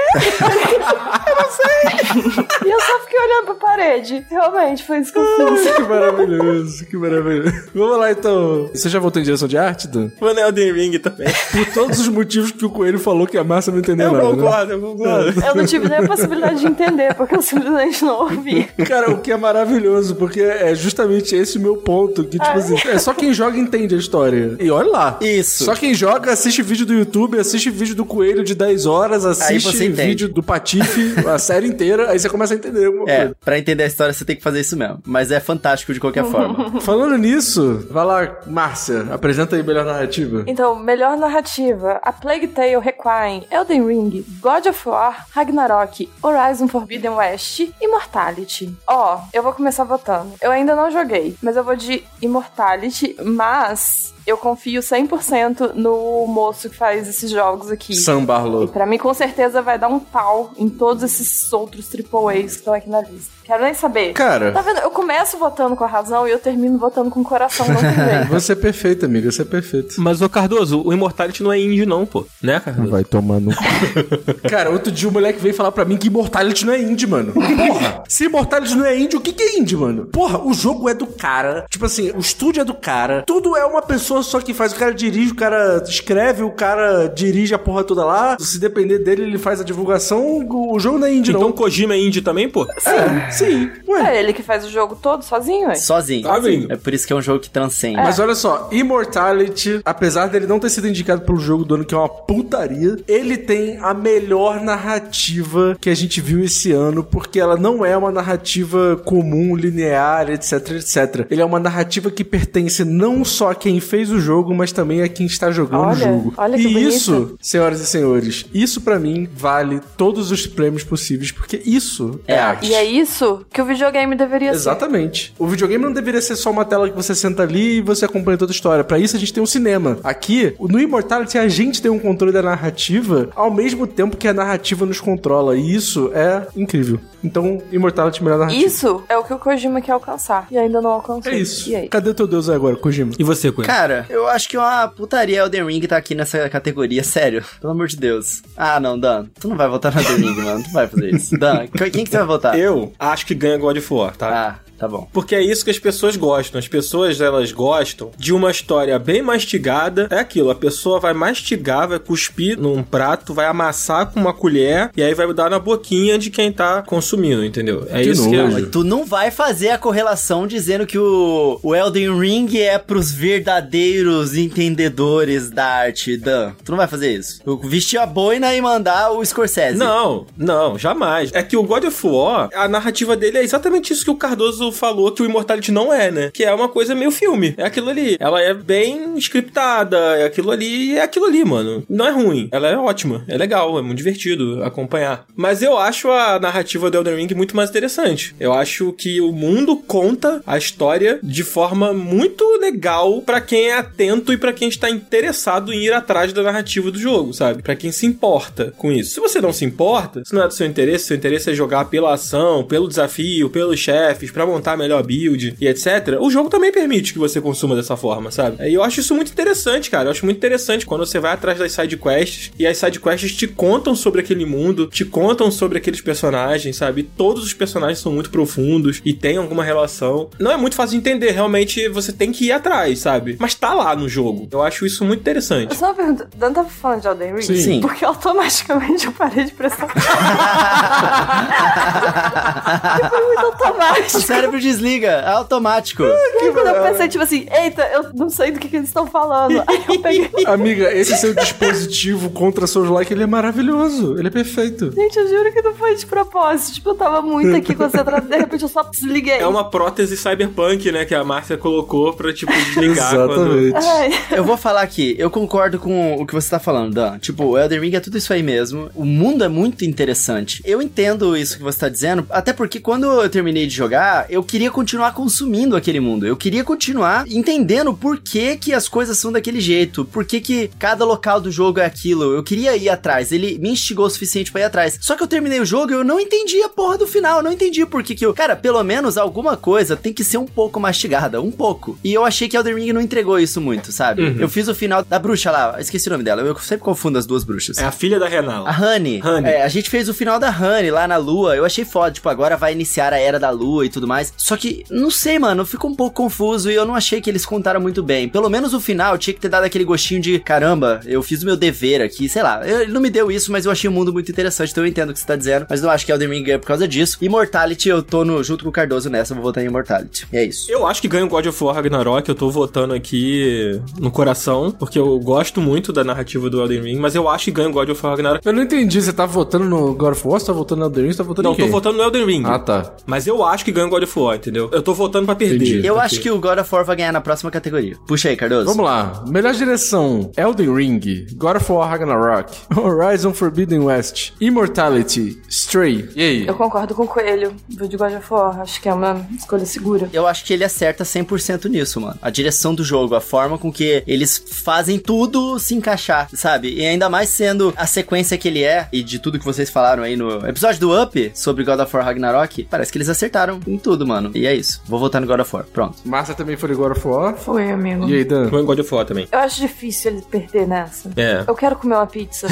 eu não sei. E eu só fiquei olhando pra parede. Realmente, foi isso que eu fiz. Que maravilhoso, que maravilhoso. Vamos lá então. Você já votou em direção de arte, Dan? Mano, Elden Ring também. Por todos os motivos que o Coelho falou que a Márcia não entendeu Eu nada. né? concordo, eu concordo. Eu não tive nem a possibilidade de entender, porque eu simplesmente não ouvi. Cara, o que é maravilhoso, porque é justamente esse o meu ponto. Que, tipo assim, é só quem joga entende a história. E olha lá. Isso. Só quem joga, assiste vídeo do YouTube, assiste vídeo do Coelho de 10 horas, você assiste entende. vídeo do Patife, a série inteira, aí você começa a entender alguma É, coisa. pra entender a história você tem que fazer isso mesmo. Mas é fantástico de qualquer forma. Falando nisso, vai lá, Márcia, apresenta aí melhor narrativa. Então, melhor narrativa: A Plague Tale, Requiem, Elden Ring, God of War, Ragnarok, Horizon Forbidden West, Immortality. Ó, eu vou começar votando. Eu ainda não joguei, mas eu vou de Immortality, mas eu confio 100% no moço que faz esses jogos aqui. Sam E Barlow. pra mim, com certeza, vai dar um pau em todos esses outros AAAs que estão aqui na lista. Quero nem saber. Cara. Tá vendo? Eu começo votando com a razão e eu termino votando com o coração, não tem jeito. Você é perfeito, amiga, você é perfeito. Mas, ô Cardoso, o Immortality não é indie não, pô. Né, Cardoso? Vai tomar no. Cara, outro dia um moleque veio falar pra mim que Immortality não é indie, mano. Porra! Se Immortality não é indie, o que, que é indie, mano? Porra, o jogo é do cara. Tipo assim, o estúdio é do cara. Tudo é uma pessoa só que faz. O cara dirige, o cara escreve, o cara dirige a porra toda lá. Se depender dele, ele faz a divulgação. O jogo não é indie, Então não. Kojima é indie também, pô? É, sim. Ué. É ele que faz o jogo todo sozinho, hein? Sozinho. Sozinho. É por isso que é um jogo que transcende. Mas olha só, Immortality, apesar dele não ter sido indicado pelo jogo do ano, que é uma putaria, ele tem a melhor narrativa que a gente viu esse ano, porque ela não é uma narrativa comum, linear, etc, etc. Ele é uma narrativa que pertence não só a quem fez o jogo, mas também a quem está jogando o Olha, jogo. olha que e bonito. isso, senhoras e senhores, isso pra mim vale todos os prêmios possíveis, porque isso é, É arte. E é isso que o videogame deveria Exatamente. O videogame não deveria ser só uma tela que você senta ali e você acompanha toda a história. Pra isso a gente tem um cinema. Aqui, no Immortality, a gente tem um controle da narrativa ao mesmo tempo que a narrativa nos controla. E isso é incrível. Então, Immortality, melhor ser. narrativa. Isso é o que o Kojima quer alcançar. E ainda não alcançou. É isso. E aí? Cadê o teu Deus aí agora, Kojima? E você, Coelho? Cara, eu acho que uma putaria Elden Ring tá aqui nessa categoria, sério. Pelo amor de Deus. Ah, não, Dan. Tu não vai votar no Elden Ring, mano. Tu não vai fazer isso. Dan, quem que tu vai votar? Eu acho que ganha God of War, tá? Ah, tá bom. Porque é isso que as pessoas gostam. As pessoas, elas gostam de uma história bem mastigada. É aquilo, a pessoa vai mastigar, vai cuspir num prato, vai amassar com uma colher e aí vai dar na boquinha de quem tá consumindo, entendeu? É Que isso nojo. que... Mas Tu não vai fazer a correlação dizendo que o, o Elden Ring é pros verdadeiros entendedores da arte, Dan. Tu não vai fazer isso. Tu vestir a boina e mandar o Scorsese. Não, não, jamais. É que o God of War, a narrativa dele é exatamente isso que o Cardoso falou que o Immortality não é, né? Que é uma coisa meio filme. É aquilo ali. Ela é bem scriptada, é aquilo ali, é aquilo ali, mano. Não é ruim. Ela é ótima, é legal, é muito divertido acompanhar. Mas eu acho a narrativa do Elden Ring muito mais interessante. Eu acho que o mundo conta a história de forma muito legal pra quem é atento e pra quem está interessado em ir atrás da narrativa do jogo, sabe? Pra quem se importa com isso. Se você não se importa, se não é do seu interesse, seu interesse é jogar pela ação, pelo desafio, pelos chefes, pra montar a melhor build e etc, o jogo também permite que você consuma dessa forma, sabe? E eu acho isso muito interessante, cara. Eu acho muito interessante quando você vai atrás das side quests e as side quests te contam sobre aquele mundo, te contam sobre aqueles personagens, sabe? Todos os personagens são muito profundos e têm alguma relação. Não é muito fácil de entender, realmente você tem que ir atrás, sabe? Mas tá lá no jogo. Eu acho isso muito Eu interessante. só uma pergunta, Dan tava falando de Elden Ring? Sim. Sim. Porque automaticamente eu parei de prestar Foi Tipo, muito O automático. cérebro desliga, automático. E aí, quando eu pensei, tipo assim, eita, eu não sei do que, que eles estão falando. Aí eu peguei. Amiga, esse seu dispositivo contra seus likes, ele é maravilhoso. Ele é perfeito. Gente, eu juro que não foi de propósito. Tipo, eu tava muito aqui concentrada, de repente eu só desliguei. É uma prótese cyberpunk, né? Que a Márcia colocou pra, tipo, desligar quando. Exatamente. Ai, Eu vou falar aqui, eu concordo com o que você tá falando, Dan. Tipo, o Elden Ring é tudo isso aí mesmo. O mundo é muito interessante. Eu entendo isso que você tá dizendo, até porque quando eu terminei de jogar, eu queria continuar consumindo aquele mundo. Eu queria continuar entendendo por que que as coisas são daquele jeito, por que que cada local do jogo é aquilo. Eu queria ir atrás, ele me instigou o suficiente pra ir atrás. Só que eu terminei o jogo e eu não entendi a porra do final, eu não entendi por que que eu... Cara, pelo menos alguma coisa tem que ser um pouco mastigada, um pouco. E eu achei que Elden Ring não entregou isso muito, sabe? Eu fiz o final da bruxa lá, esqueci o nome dela, eu sempre confundo as duas bruxas. É a filha da Renala. A Honey. Honey. É, a gente fez o final da Honey lá na Lua. Eu achei foda. Tipo, agora vai iniciar a Era da Lua e tudo mais. Só que, não sei, mano. Ficou um pouco confuso e eu não achei que eles contaram muito bem. Pelo menos o final tinha que ter dado aquele gostinho de caramba, eu fiz o meu dever aqui. Sei lá. Eu- Ele não me deu isso, mas eu achei o mundo muito interessante. Então eu entendo o que você tá dizendo. Mas não acho que Elden Ring ganha por causa disso. Immortality, eu tô no, junto com o Cardoso nessa. Eu vou votar em Immortality. E é isso. Eu acho que ganha o God of War Ragnarok, eu tô votando aqui no coração, porque eu gosto muito da narrativa do Elden Ring, mas eu acho que ganha o God of War Ragnarok. Eu não entendi. Você tá votando no God of War? Você tá votando no Elden Ring? Você tá votando Não, em quem? tô votando no Elden Ring. Ah, tá. Mas eu acho que ganha o God of War, entendeu? Eu tô votando pra perder. Entendi. Eu acho que o God of War vai ganhar na próxima categoria. Puxa aí, Cardoso. Vamos lá. Melhor direção: Elden Ring, God of War Ragnarok, Horizon Forbidden West, Immortality, Stray. E aí? eu concordo com o Coelho, do de God of War. Acho que é uma escolha segura. Eu acho que ele acerta 100% nisso, mano. A direção do jogo, a forma com que eles fazem tudo se encaixar, sabe? E ainda mais sendo a sequência que ele é e de tudo que vocês falaram aí no episódio do Up sobre God of War Ragnarok, parece que eles acertaram em tudo, mano. E é isso. Vou votar no God of War. Pronto. Márcia também foi de God of War. Foi, amigo. E aí, Dan? Ganha o God of War também. Eu acho difícil ele perder nessa. É. Eu quero comer uma pizza.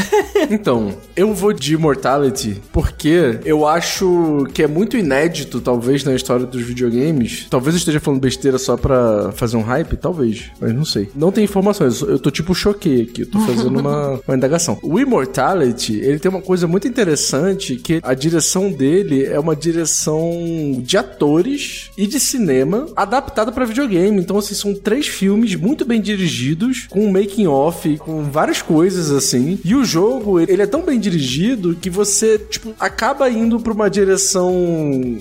Então, eu vou de Immortality porque eu acho que é muito inédito, talvez, na história dos videogames. Talvez eu esteja falando besteira só pra fazer um hype, talvez, mas não sei. Não tem informações, eu tô tipo choquei aqui, eu tô fazendo uma, uma indagação. O Immortality, ele tem uma coisa muito interessante que a direção dele é uma direção de atores e de cinema adaptada pra videogame. Então, assim, são três filmes muito bem dirigidos, com um making off, com várias coisas assim. E o jogo, ele é tão bem dirigido que você, tipo, acaba indo pra uma direção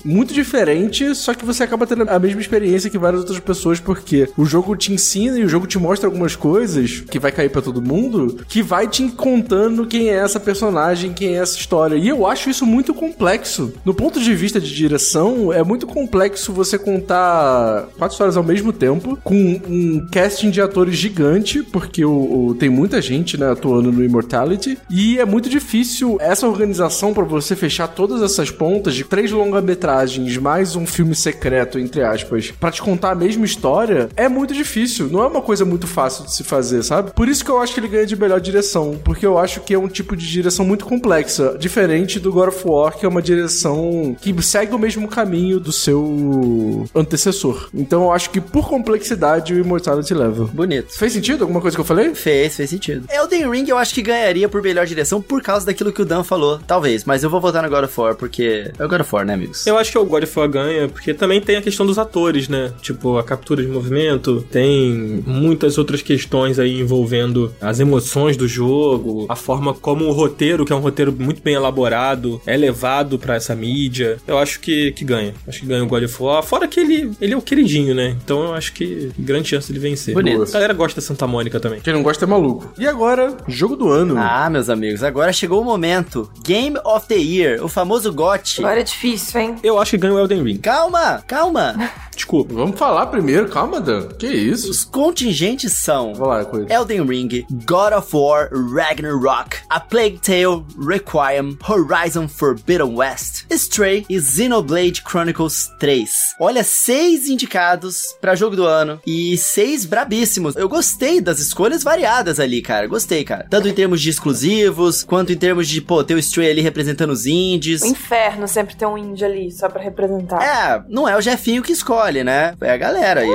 muito diferente, só que você acaba tendo a mesma experiência que várias outras pessoas, porque o jogo te ensina e o jogo te mostra algumas coisas que vai cair pra todo mundo, que vai te contando quem é essa personagem, quem é essa história. E eu acho isso muito complexo. No ponto de vista de direção, é muito complexo você contar quatro histórias ao mesmo tempo, com um casting de atores gigante, porque o, o- tem muita gente né, atuando no Immortality, e é muito difícil essa organização pra você fechar todas essas pontas de três longa-metragens, mais um filme secreto, entre aspas, pra te contar a mesma história, é muito difícil. Não é uma coisa muito fácil de se fazer, sabe? Por isso que eu acho que ele ganha de melhor direção, porque eu acho que é um tipo de direção muito complexa, diferente do God of War, que é uma direção que segue o mesmo caminho do seu seu antecessor. Então eu acho que por complexidade o Immortality leva. Bonito. Fez sentido alguma coisa que eu falei? Fez, fez sentido. Elden Ring eu acho que ganharia por melhor direção por causa daquilo que o Dan falou. Talvez, mas eu vou votar no God of War, porque. É o God of War, né, amigos? Eu acho que é o God of War ganha, porque também tem a questão dos atores, né? Tipo, a captura de movimento, tem muitas outras questões aí envolvendo as emoções do jogo, a forma como o roteiro, que é um roteiro muito bem elaborado, é levado pra essa mídia. Eu acho que, que ganha. Acho que ganha o God of War. Fora que ele, ele é o queridinho, né? Então eu acho que grande chance de vencer. Bonito. A galera gosta da Santa Mônica também. Quem não gosta é maluco. E agora, jogo do ano. Ah, meus amigos, agora chegou o momento. Game of the Year, o famoso GOT. Agora é difícil, hein? Eu acho que ganha o Elden Ring. Calma, calma. Desculpa. Vamos falar primeiro, calma, Dan. Que isso? Os contingentes são Vamos lá, coisa. Elden Ring, God of War, Ragnarok, A Plague Tale, Requiem, Horizon Forbidden West, Stray e Xenoblade Chronicles 3. Olha, seis indicados pra jogo do ano e seis brabíssimos. Eu gostei das escolhas variadas ali, cara. Gostei, cara. Tanto em termos de exclusivos, quanto em termos de, pô, ter o Stray ali representando os indies. O inferno sempre tem um índio ali, só pra representar. É, não é o Jefinho que escolhe, né? É a galera aí.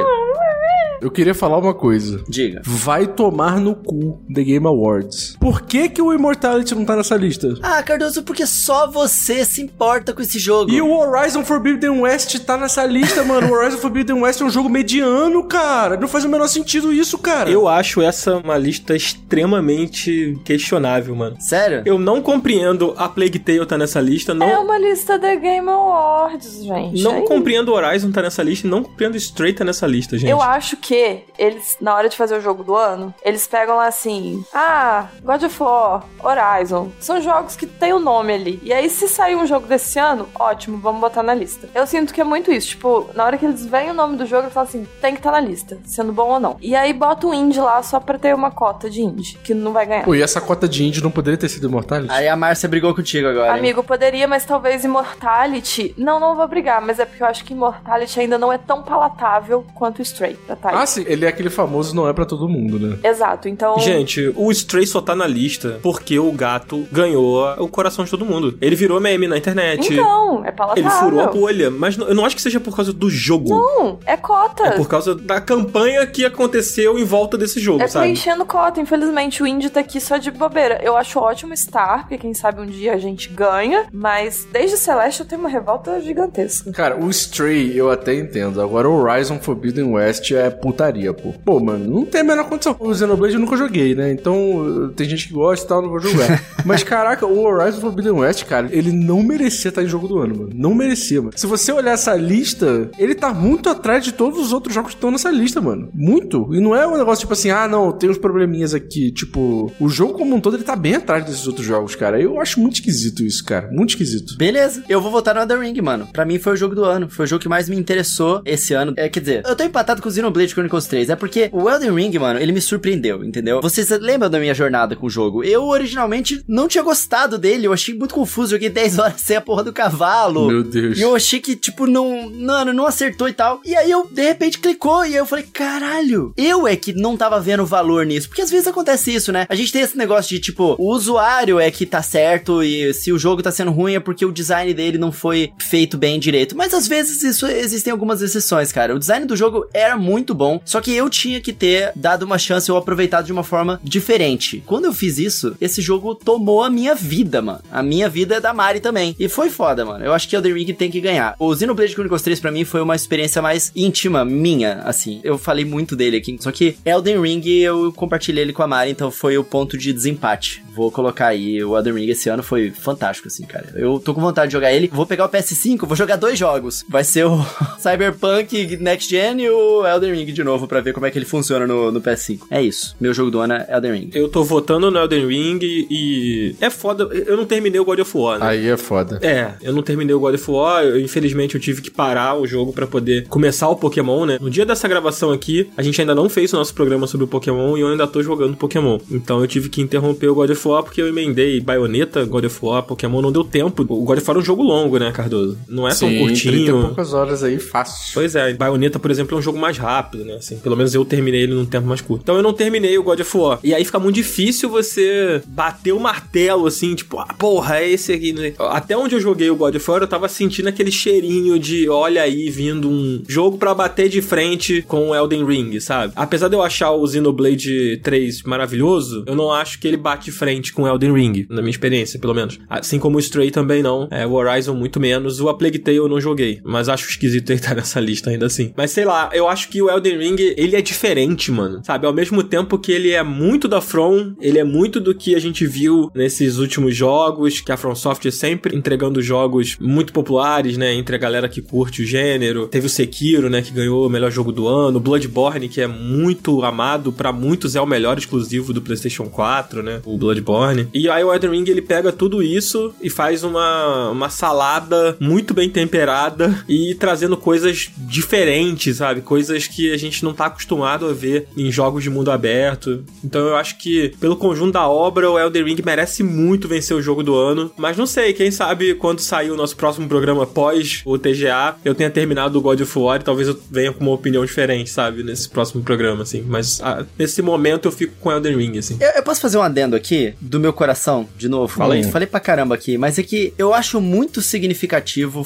Eu queria falar uma coisa. Diga. Vai tomar no cu The Game Awards. Por que que o Immortality não tá nessa lista? Ah, Cardoso, porque só você se importa com esse jogo. E o Horizon Forbidden West tá nessa lista, mano. O Horizon Forbidden West é um jogo mediano, cara. Não faz o menor sentido isso, cara. Eu acho essa uma lista extremamente questionável, mano. Sério? Eu não compreendo a Plague Tale tá nessa lista, não É uma lista da Game Awards, gente. Não É isso. compreendo Horizon tá nessa lista, não compreendo Stray tá nessa lista, gente. Eu acho que eles, na hora de fazer o jogo do ano, eles pegam lá assim: Ah, God of War, Horizon. São jogos que tem o nome ali. E aí, se sair um jogo desse ano, ótimo, vamos botar na lista. Eu sinto que é muito isso. Tipo, na hora que eles veem o nome do jogo, eles falam assim: tem que estar tá na lista, sendo bom ou não. E aí bota o indie lá só pra ter uma cota de indie, que não vai ganhar. Pô, e essa cota de indie não poderia ter sido Immortality? Aí a Márcia brigou contigo agora. hein? Amigo, poderia, mas talvez Immortality. Não, não vou brigar, mas é porque eu acho que Immortality ainda não é tão palatável quanto Stray pra tá aí. Ah, sim. Ele é aquele famoso não é pra todo mundo, né? Exato, então. Gente, o Stray só tá na lista porque o gato ganhou o coração de todo mundo. Ele virou meme na internet. Então, é palatável. Ele furou a bolha, mas não- eu não acho que seja por causa do jogo. Não, é cota. É por causa da campanha que aconteceu em volta desse jogo, É sabe? preenchendo cota, infelizmente. O indie tá aqui só de bobeira. Eu acho ótimo estar, porque quem sabe um dia a gente ganha. Mas desde Celeste eu tenho uma revolta gigantesca. Cara, o Stray eu até entendo. Agora o Horizon Forbidden West é putaria, pô. Pô, mano, não tem a menor condição. O Xenoblade eu nunca joguei, né? Então uh, tem gente que gosta e tal, não vou jogar. Mas caraca, o Horizon Forbidden West, cara, ele não merecia estar em jogo do ano, mano. Não merecia, mano. Se você olhar essa lista, ele tá muito atrás de todos os outros jogos que estão nessa lista, mano. Muito. E não é um negócio tipo assim, ah, não, tem uns probleminhas aqui. Tipo, o jogo como um todo, ele tá bem atrás desses outros jogos, cara. Eu acho muito esquisito isso, cara. Muito esquisito. Beleza, eu vou votar no Elden Ring, mano. Pra mim foi o jogo do ano. Foi o jogo que mais me interessou esse ano. É, quer dizer, eu tô empatado com o Xenoblade Chronicles 3. É porque o Elden Ring, mano, ele me surpreendeu, entendeu? Vocês lembram da minha jornada com o jogo? Eu originalmente não tinha gostado dele. Eu achei muito confuso. Joguei 10 horas sem a porra do cavalo. Meu Deus. E eu achei que, tipo, não. Mano, não acertou e tal. E aí eu, de repente, clicou. E aí eu falei, caralho, eu é que não tava vendo valor nisso. Porque às vezes acontece isso, né? A gente tem esse negócio de, tipo, o usuário é que tá certo. E se o jogo tá sendo ruim é porque o design dele não foi feito bem direito. Mas às vezes isso existem algumas exceções, cara. O design do jogo era muito bom. Só que eu tinha que ter dado uma chance ou aproveitado de uma forma diferente. Quando eu fiz isso, esse jogo tomou a minha vida, mano. A minha vida é da Mari também. E foi foda, mano. Eu acho que Elden Ring tem que ganhar. O Xenoblade Chronicles 3 pra mim foi uma experiência mais íntima, minha, assim. Eu falei muito dele aqui. Só que Elden Ring eu compartilhei ele com a Mari, então foi o ponto de desempate. Vou colocar aí. O Elden Ring esse ano foi fantástico, assim, cara. Eu tô com vontade de jogar ele. Vou pegar o PS5, vou jogar dois jogos. Vai ser o Cyberpunk Next Gen e o Elden Ring de novo pra ver como é que ele funciona no, no PS5. É isso. Meu jogo do ano é Elden Ring. Eu tô votando no Elden Ring e. É foda, eu não terminei o God of War, né? Aí é foda. É, eu não terminei o God of War, eu- infelizmente eu tive que parar o jogo pra poder começar o Pokémon, né? No dia dessa gravação aqui, a gente ainda não fez o nosso programa sobre o Pokémon e eu ainda tô jogando Pokémon. Então eu tive que interromper o God of of War porque eu emendei Bayonetta, God of War, Pokémon, não deu tempo. O God of War é um jogo longo, né, Cardoso? Não é tão Trinta e curtinho. poucas horas aí, fácil. Pois é, Bayonetta, por exemplo, é um jogo mais rápido, né? Assim, pelo menos eu terminei ele num tempo mais curto. Então eu não terminei o God of War. E aí fica muito difícil você bater o martelo, assim, tipo, ah, porra, é esse aqui. né? Até onde eu joguei o God of War, eu tava sentindo aquele cheirinho de, olha aí, vindo um jogo pra bater de frente com o Elden Ring, sabe? Apesar de eu achar o Xenoblade 3 maravilhoso, eu não acho que ele bate de frente com o Elden Ring, na minha experiência, pelo menos. Assim como o Stray também não, é, o Horizon muito menos, o A Plague Tale eu não joguei, mas acho esquisito ele estar nessa lista ainda assim. Mas sei lá, eu acho que o Elden Ring, ele é diferente, mano, sabe? Ao mesmo tempo que ele é muito da From, ele é muito do que a gente viu nesses últimos jogos, que a From Software é sempre entregando jogos muito populares, né, entre a galera que curte o gênero. Teve o Sekiro, né, que ganhou o melhor jogo do ano, Bloodborne, que é muito amado, pra muitos é o melhor exclusivo do PlayStation 4, né, o Bloodborne. E aí o Elden Ring, ele pega tudo isso e faz uma, uma salada muito bem temperada e trazendo coisas diferentes, sabe? Coisas que a gente não tá acostumado a ver em jogos de mundo aberto. Então eu acho que, pelo conjunto da obra, o Elden Ring merece muito vencer o jogo do ano. Mas não sei, quem sabe quando sair o nosso próximo programa pós o TGA, eu tenha terminado o God of War e talvez eu venha com uma opinião diferente, sabe? Nesse próximo programa, assim. Mas ah, nesse momento eu fico com Elden Ring, assim. Eu, eu posso fazer um adendo aqui do meu coração, de novo. Fala aí. Eu Falei pra caramba aqui, mas é que eu acho muito significativo,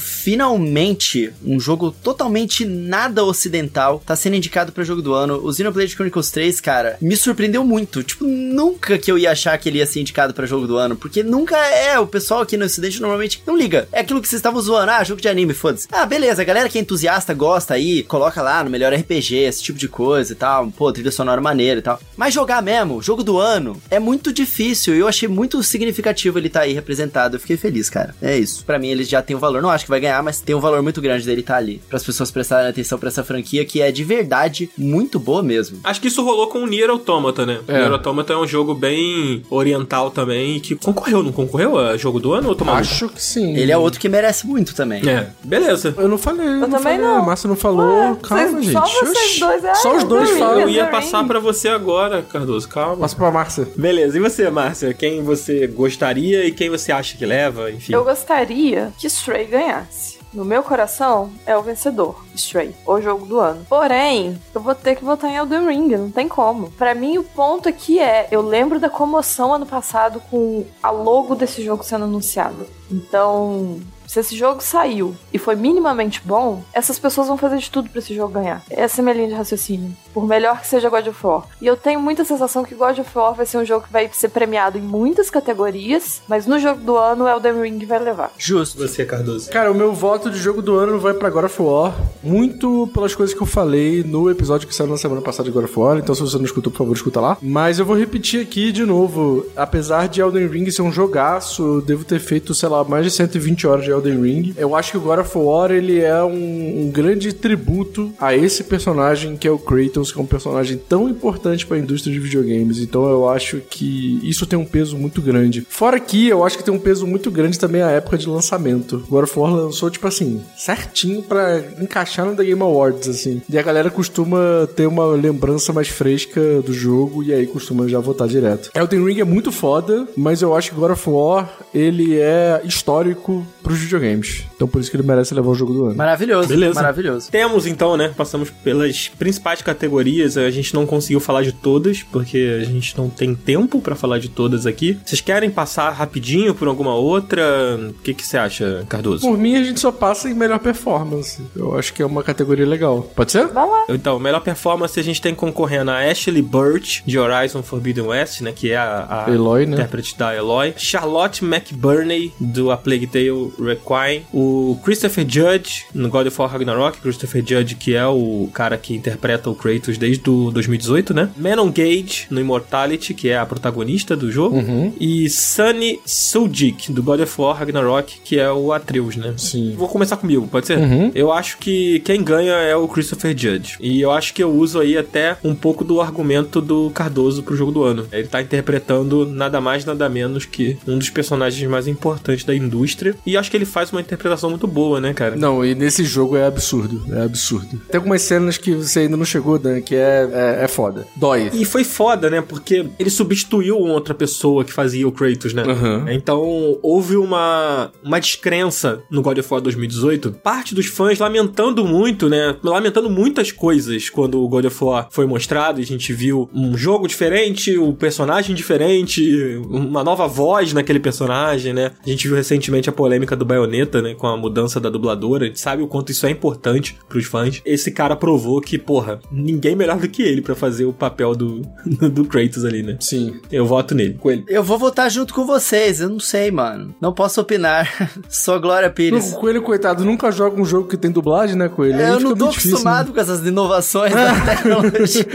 finalmente, um jogo totalmente nada ocidental tá sendo indicado pra jogo do ano. O Xenoblade Chronicles 3, cara, me surpreendeu muito. Tipo, nunca que eu ia achar que ele ia ser indicado pra jogo do ano, porque nunca é. O pessoal aqui no ocidente normalmente não liga. É aquilo que vocês estavam zoando. Ah, jogo de anime, foda-se. Ah, beleza, a galera que é entusiasta, gosta aí, coloca lá no melhor RPG, esse tipo de coisa e tal. Pô, trilha sonora maneira e tal. Mas jogar mesmo, jogo do ano, é muito difícil. E eu achei muito significativo ele tá aí representado. Eu fiquei feliz, cara. É isso. Pra mim, ele já tem um valor. Não acho que vai ganhar, mas tem um valor muito grande dele tá ali. Para as pessoas prestarem atenção pra essa franquia que é de verdade muito boa mesmo. Acho que isso rolou com o Nier Automata, né? O É. Nier Automata é um jogo bem oriental também, que concorreu, não concorreu? É jogo do ano ou tomar Acho que sim. Ele é outro que merece muito também. É, beleza. Eu não falei, eu não também falei. não. A Márcia não falou. Ué, Calma, vocês- gente. só vocês Oxi. dois, é, Só os eu dois também. falam. Eu ia Elden passar Ring. pra você agora, Cardoso, calma. Passa pra Márcia. Beleza, e você, Márcia? Quem você gostaria e quem você acha que leva, enfim. Eu gostaria que Stray ganhasse. No meu coração, é o vencedor, Stray, o jogo do ano. Porém, eu vou ter que votar em Elden Ring, não tem como. Pra mim, o ponto aqui é, eu lembro da comoção ano passado com a logo desse jogo sendo anunciado. Então, se esse jogo saiu e foi minimamente bom, essas pessoas vão fazer de tudo pra esse jogo ganhar. Essa é a minha linha de raciocínio. Por melhor que seja God of War. E eu tenho muita sensação que God of War vai ser um jogo que vai ser premiado em muitas categorias, mas no jogo do ano, Elden Ring vai levar. Justo. Você, Cardoso. Cara, o meu voto de jogo do ano vai pra God of War, muito pelas coisas que eu falei no episódio que saiu na semana passada de God of War, então se você não escutou, por favor, escuta lá. Mas eu vou repetir aqui de novo, apesar de Elden Ring ser um jogaço, eu devo ter feito, sei lá, mais de 120 horas de Elden Ring. Eu acho que o God of War, ele é um, um grande tributo a esse personagem que é o Kratos, que é um personagem tão importante pra indústria de videogames, então eu acho que isso tem um peso muito grande. Fora que eu acho que tem um peso muito grande também a época de lançamento. God of War lançou, tipo assim, certinho pra encaixar no The Game Awards, assim. E a galera costuma ter uma lembrança mais fresca do jogo e aí costuma já votar direto. Elden Ring é muito foda, mas eu acho que God of War, ele é histórico pros videogames. Então por isso que ele merece levar o jogo do ano. Maravilhoso. Beleza. Maravilhoso. Temos então, né? Passamos pelas principais categorias. A gente não conseguiu falar de todas, porque a gente não tem tempo pra falar de todas aqui. Vocês querem passar rapidinho por alguma outra? O que, que você acha, Cardoso? Por mim, a gente só passa em melhor performance. Eu acho que é uma categoria legal. Pode ser? Vai lá. Então, melhor performance a gente tem concorrendo a Ashley Burch, de Horizon Forbidden West, né? Que é a, a Eloy, né? intérprete da Eloy. Charlotte McBurney, do A Plague Tale Requiem. O Christopher Judge, no God of War Ragnarok. Christopher Judge, que é o cara que interpreta o Kratos desde o 2018, né? Manon Gage, no Immortality, que é a protagonista do jogo. Uhum. E Sunny Suljic, do God of War Ragnarok, que é o Atreus, né? Sim. Vou começar comigo, pode ser? Uhum. Eu acho que quem ganha é o Christopher Judge. E eu acho que eu uso aí até um pouco do argumento do Cardoso pro jogo do ano. Ele tá interpretando nada mais, nada menos que um dos personagens mais importantes da indústria. E acho que ele faz uma interpretação muito boa, né, cara? Não, e nesse jogo é absurdo. É absurdo. Tem algumas cenas que você ainda não chegou, Dan, que é, é, é foda. Dói. E foi foda, né? Porque ele substituiu outra pessoa que fazia o Kratos, né? Aham. Então, houve uma, uma descrença no God of War 2018. Parte dos fãs lamentando muito, né? Lamentando muitas coisas quando o God of War foi mostrado. e A gente viu um jogo diferente, um personagem diferente, uma nova voz naquele personagem, né? A gente viu recentemente a polêmica do Bayonetta, né? Com a mudança da dubladora. A gente sabe o quanto isso é importante pros fãs. Esse cara provou que, porra, ninguém melhor do que ele pra fazer o papel do, do Kratos ali, né? Sim. Eu voto nele. Coelho. Eu vou votar junto com vocês, eu não sei, mano. Não posso opinar. Só Glória Não, Pires. o Coelho, coitado, nunca joga um jogo que tem dublagem, né, Coelho? Aí É, eu fica não tô é muito difícil, acostumado com essas inovações da tecnologia.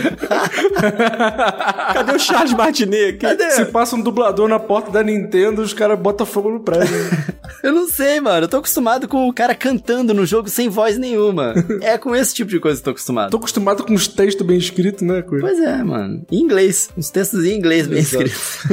Cadê o Charles Martinet aqui? né? Se passa um dublador na porta da Nintendo, os caras botam fogo no prédio. né? Eu não sei, mano. Eu tô acostumado com o cara cantando no jogo sem voz nenhuma. É com esse tipo de coisa que eu tô acostumado. tô acostumado com os textos bem escritos, né, Coelho? Pois é, mano. Em inglês. Uns textos em inglês bem Exato. escritos.